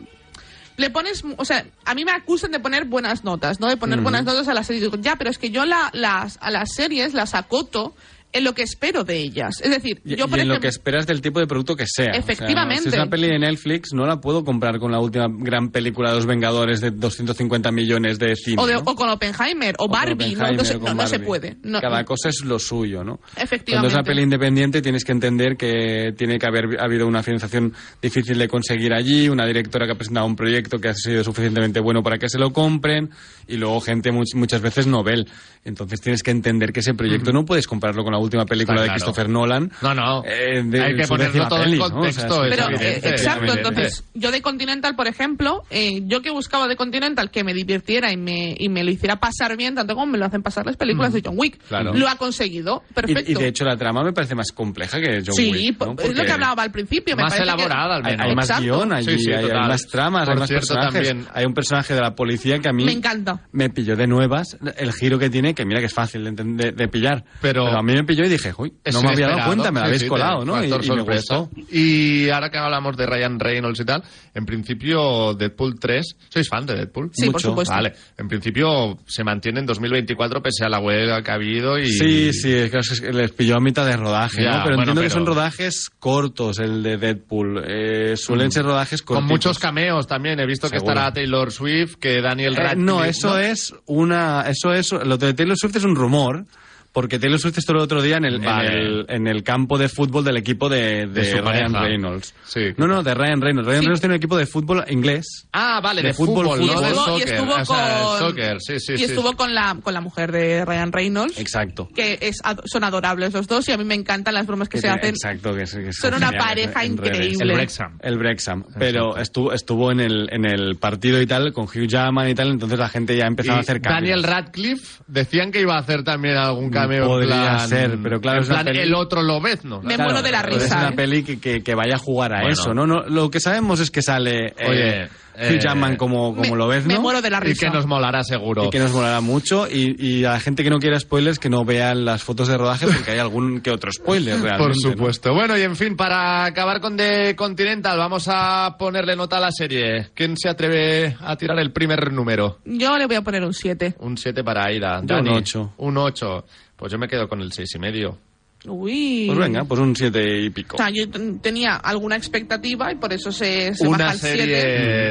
Speaker 3: le pones, o sea, a mí me acusan de poner buenas notas, ¿no? De poner buenas notas a las series. Digo, ya, pero es que yo la- las, a las series las acoto en lo que espero de ellas. Es decir,
Speaker 4: Y,
Speaker 3: yo
Speaker 4: y
Speaker 3: por
Speaker 4: en lo
Speaker 3: ejemplo-
Speaker 4: que esperas del tipo de producto que sea. O sea,
Speaker 3: Efectivamente.
Speaker 4: si es una peli de Netflix, no la puedo comprar con la última gran película de los Vengadores de 250 millones de cine.
Speaker 3: o, de-
Speaker 4: ¿no?
Speaker 3: o con Oppenheimer, o,
Speaker 4: O
Speaker 3: Barbie, ¿no?
Speaker 4: Oppenheimer,
Speaker 3: No, se,
Speaker 4: con
Speaker 3: no, no se
Speaker 4: Barbie.
Speaker 3: puede. No,
Speaker 4: Cada cosa es lo suyo, ¿no? Cuando es
Speaker 3: Efectivamente.
Speaker 4: una peli independiente tienes que entender que tiene que haber habido una financiación difícil de conseguir allí, una directora que ha presentado un proyecto que ha sido suficientemente bueno para que se lo compren y luego gente much- muchas veces novel. Entonces tienes que entender que ese proyecto no puedes compararlo con la última película
Speaker 2: Está
Speaker 4: de
Speaker 2: claro.
Speaker 4: Christopher Nolan.
Speaker 2: No, no.
Speaker 4: eh, de
Speaker 2: Hay que
Speaker 4: su
Speaker 2: ponerlo
Speaker 4: décima
Speaker 2: todo en
Speaker 4: peli, ¿no?
Speaker 2: contexto,
Speaker 4: O sea,
Speaker 2: es
Speaker 4: sí,
Speaker 3: Pero,
Speaker 4: sí,
Speaker 2: evidente,
Speaker 3: eh,
Speaker 4: sí,
Speaker 3: exacto,
Speaker 4: sí,
Speaker 3: entonces, yo de Continental, por ejemplo, eh, yo que buscaba de Continental que me divirtiera y me, y me lo hiciera pasar bien, tanto como me lo hacen pasar las películas de John Wick,
Speaker 4: claro.
Speaker 3: lo ha conseguido, perfecto.
Speaker 4: Y, y de hecho la trama me parece más compleja que John
Speaker 3: sí,
Speaker 4: Wick,
Speaker 3: po-
Speaker 4: ¿no?
Speaker 3: es lo que
Speaker 4: Porque-
Speaker 3: hablaba al principio. me
Speaker 2: Más
Speaker 3: parece que-
Speaker 2: elaborada, al
Speaker 4: Hay,
Speaker 2: menos.
Speaker 4: hay más
Speaker 3: Exacto.
Speaker 4: guión allí,
Speaker 2: Sí, sí,
Speaker 4: hay, hay
Speaker 2: total.
Speaker 4: más tramas,
Speaker 2: Por
Speaker 4: hay más
Speaker 2: cierto,
Speaker 4: personajes.
Speaker 2: también.
Speaker 4: Hay un personaje de la policía que a mí
Speaker 3: Me encanta.
Speaker 4: me pilló de nuevas el giro que tiene, que mira que es fácil de, enten- de- de pillar.
Speaker 2: Pero-
Speaker 4: a mí me pilló y dije, uy,
Speaker 2: Es
Speaker 4: no me había dado
Speaker 2: inesperado.
Speaker 4: cuenta, me la
Speaker 2: Sí,
Speaker 4: habéis
Speaker 2: sí,
Speaker 4: colado,
Speaker 2: de-
Speaker 4: ¿no? Y,
Speaker 2: factor
Speaker 4: y me
Speaker 2: sorpresa.
Speaker 4: gustó.
Speaker 2: Y ahora que hablamos de Ryan Reynolds y tal, en principio Deadpool 3, ¿sois fan de Deadpool?
Speaker 3: Sí, por
Speaker 4: Mucho.
Speaker 3: supuesto.
Speaker 2: Vale, en principio se mantiene en 2024 pese a la huelga que ha habido y...
Speaker 4: Sí, sí, es que es que les pilló a mitad de rodaje,
Speaker 2: Ya,
Speaker 4: ¿no? Pero
Speaker 2: bueno,
Speaker 4: entiendo que
Speaker 2: pero-
Speaker 4: son rodajes cortos, el de Deadpool. Eh, suelen ser rodajes cortos.
Speaker 2: Mm. Con muchos cameos también, he visto que
Speaker 4: Seguro.
Speaker 2: estará Taylor Swift, que Daniel
Speaker 4: Eh,
Speaker 2: Radcliffe...
Speaker 4: no, eso es una. Eso es. Lo de Taylor Swift es un rumor. Porque Taylor Swift estuvo el otro día en el, en
Speaker 2: Vale.
Speaker 4: el- en el campo de fútbol del equipo de, de
Speaker 2: De su
Speaker 4: Ryan
Speaker 2: pareja.
Speaker 4: Reynolds.
Speaker 2: Sí.
Speaker 4: No, no, de Ryan Reynolds. Ryan Reynolds tiene un equipo de fútbol inglés.
Speaker 2: Ah, vale,
Speaker 4: De
Speaker 2: de,
Speaker 4: fútbol,
Speaker 2: fútbol,
Speaker 3: Y
Speaker 2: no
Speaker 4: fútbol.
Speaker 2: de
Speaker 3: estuvo, y
Speaker 2: soccer.
Speaker 3: estuvo
Speaker 2: O sea,
Speaker 3: con,
Speaker 2: soccer, sí, sí,
Speaker 3: y
Speaker 2: sí,
Speaker 3: estuvo
Speaker 2: sí.
Speaker 3: con la con la mujer de Ryan Reynolds,
Speaker 4: Exacto.
Speaker 3: que es ad- son adorables los dos y a mí me encantan las bromas que se
Speaker 4: tiene-
Speaker 3: hacen.
Speaker 4: Exacto, que, es- que es
Speaker 3: Son una
Speaker 4: genial,
Speaker 3: pareja
Speaker 4: en redes.
Speaker 3: increíble.
Speaker 2: El Wrexham.
Speaker 4: El Brexham. Pero estuvo, estuvo en, el, en el partido y tal, con Hugh Jackman y tal, entonces la gente ya empezaba a
Speaker 2: Y
Speaker 4: hacer cambios.
Speaker 2: Daniel Radcliffe decían que iba a hacer también algún
Speaker 4: No,
Speaker 2: también en
Speaker 4: Podría
Speaker 2: plan-
Speaker 4: ser, pero claro,
Speaker 2: en
Speaker 4: es una
Speaker 2: plan,
Speaker 4: peli-
Speaker 2: el otro lo ves, ¿no?
Speaker 3: Me muero de la
Speaker 4: pero Es
Speaker 3: risa,
Speaker 4: una
Speaker 3: ¿eh?
Speaker 4: peli que, que- que vaya a jugar a
Speaker 2: Bueno.
Speaker 4: eso, ¿no? no Lo que sabemos es que sale eh,
Speaker 2: Oye,
Speaker 4: Hugh
Speaker 2: eh,
Speaker 4: Jackman como, como
Speaker 3: me-
Speaker 4: lo ves, ¿no?
Speaker 3: me muero de la
Speaker 2: Y
Speaker 3: risa.
Speaker 2: que nos molará seguro.
Speaker 4: y que nos molará mucho y, y a la gente que no quiera spoilers que no vea las fotos de rodaje porque hay algún que otro spoiler realmente.
Speaker 2: Por
Speaker 4: ¿no?
Speaker 2: supuesto. Bueno, y en fin, para acabar con The Continental, vamos a ponerle nota a la serie. ¿Quién se atreve a tirar el primer número?
Speaker 3: Yo le voy a poner un 7.
Speaker 2: Un 7 para Aida.
Speaker 4: Yo
Speaker 2: Dani,
Speaker 4: un ocho.
Speaker 2: Un 8. Pues yo me quedo con el seis y medio.
Speaker 3: Uy.
Speaker 4: Pues venga, pues un siete y pico.
Speaker 3: O sea, yo t- tenía alguna expectativa y por eso se, se baja
Speaker 2: Una
Speaker 3: al
Speaker 4: Mm.
Speaker 2: serie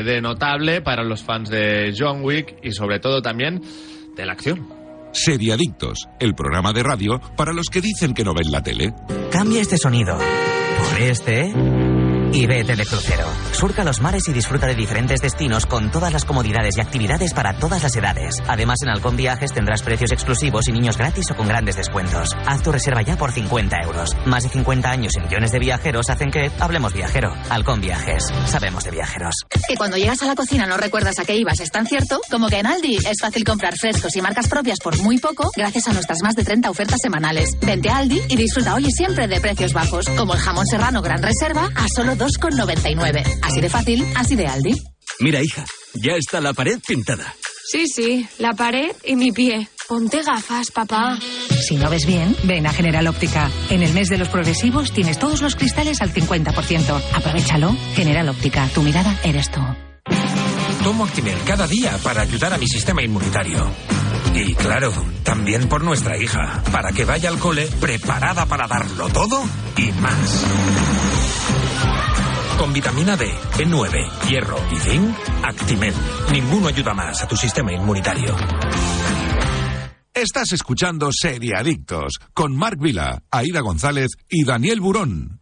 Speaker 2: de notable para los fans de John Wick y sobre todo también de la acción.
Speaker 1: Seriadictos, el programa de radio para los que dicen que no ven la tele.
Speaker 6: Cambia este sonido por este y vete de crucero. Surca los mares y disfruta de diferentes destinos con todas las comodidades y actividades para todas las edades. Además, en Halcón Viajes tendrás precios exclusivos y niños gratis o con grandes descuentos. Haz tu reserva ya por 50 euros. Más de 50 años y millones de viajeros hacen que hablemos viajero. Halcón Viajes. Sabemos de viajeros.
Speaker 7: Que cuando llegas a la cocina no recuerdas a qué ibas, es tan cierto como que en Aldi es fácil comprar frescos y marcas propias por muy poco gracias a nuestras más de 30 ofertas semanales. Vente a Aldi y disfruta hoy y siempre de precios bajos, como el jamón serrano gran reserva a solo 2,99. Así de fácil, así de Aldi.
Speaker 11: Mira, hija, ya está la pared pintada.
Speaker 9: Sí, sí, la pared y mi pie. Ponte gafas, papá.
Speaker 10: Si no ves bien, ven a General Óptica. En el mes de los progresivos tienes todos los cristales al 50%. Aprovechalo. General Óptica, tu mirada eres tú.
Speaker 8: Tomo Actimel cada día para ayudar a mi sistema inmunitario. Y claro, también por nuestra hija, para que vaya al cole preparada para darlo todo y más. Con vitamina D, B9, hierro y zinc, Actimel. Ninguno ayuda más a tu sistema inmunitario.
Speaker 1: Estás escuchando Seriadictos con Marc Vila, Aida González y Daniel Burón.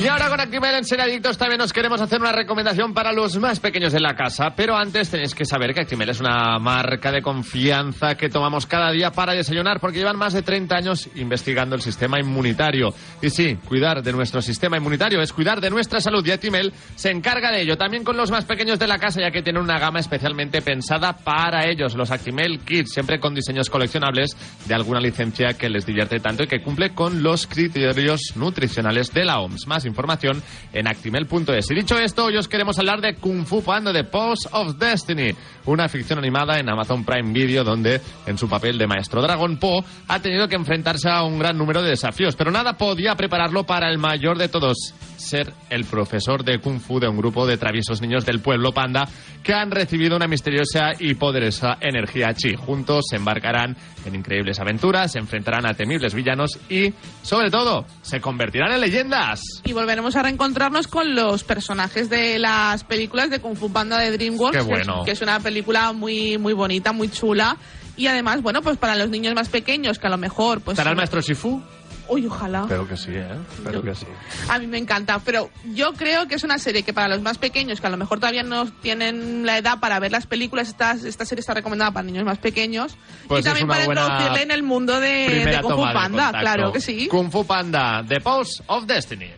Speaker 2: Y ahora con Actimel en Ser Adictos también nos queremos hacer una recomendación para los más pequeños de la casa. Pero antes tenéis que saber que Actimel es una marca de confianza que tomamos cada día para desayunar porque llevan más de 30 años investigando el sistema inmunitario. Y sí, cuidar de nuestro sistema inmunitario es cuidar de nuestra salud y Actimel se encarga de ello. También con los más pequeños de la casa ya que tienen una gama especialmente pensada para ellos. Los Actimel Kids, siempre con diseños coleccionables de alguna licencia que les divierte tanto y que cumple con los criterios nutricionales de la OMS. Más información en actimel.es. Y dicho esto, hoy os queremos hablar de Kung Fu Panda de Pose of Destiny, una ficción animada en Amazon Prime Video donde, en su papel de maestro dragón Po, ha tenido que enfrentarse a un gran número de desafíos, pero nada podía prepararlo para el mayor de todos, ser el profesor de Kung Fu de un grupo de traviesos niños del pueblo panda que han recibido una misteriosa y poderosa energía chi. Juntos se embarcarán en increíbles aventuras, se enfrentarán a temibles villanos y, sobre todo, se convertirán en leyendas.
Speaker 3: Y volveremos a reencontrarnos con los personajes de las películas de Kung Fu Panda de DreamWorks,
Speaker 2: Qué
Speaker 3: que es-
Speaker 2: bueno.
Speaker 3: que es una película muy muy bonita, muy chula. Y además, bueno, pues para los niños más pequeños, que a lo mejor... pues
Speaker 2: ¿Estará el maestro Shifu?
Speaker 3: Uy, ojalá.
Speaker 2: Espero que sí, ¿eh? Espero que sí.
Speaker 3: A mí me encanta, pero yo creo que es una serie que para los más pequeños, que a lo mejor todavía no tienen la edad para ver las películas, esta, esta serie está recomendada para niños más pequeños
Speaker 2: Pues
Speaker 3: y
Speaker 2: es
Speaker 3: también
Speaker 2: una
Speaker 3: para
Speaker 2: buena
Speaker 3: introducirle en el mundo de, de Kung Fu
Speaker 2: tomada de
Speaker 3: Panda,
Speaker 2: contacto.
Speaker 3: claro que sí.
Speaker 2: Kung Fu Panda, The Pulse of Destiny.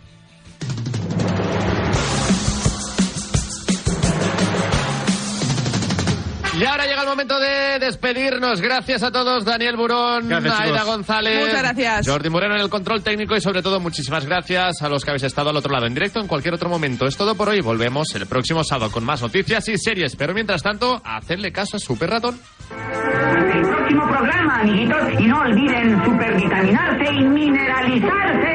Speaker 2: Y ahora llega el momento de despedirnos. Gracias a todos, Daniel Burón,
Speaker 4: Gracias,
Speaker 2: Aida
Speaker 4: chicos.
Speaker 2: González.
Speaker 3: Muchas gracias.
Speaker 2: Jordi Moreno en el control técnico y sobre todo muchísimas gracias a los que habéis estado al otro lado en directo en cualquier otro momento. Es todo por hoy. Volvemos el próximo sábado con más noticias y series. Pero mientras tanto, hacerle caso a Super Ratón.
Speaker 12: Hasta el próximo programa, amiguitos, y no olviden supervitaminarse y mineralizarse.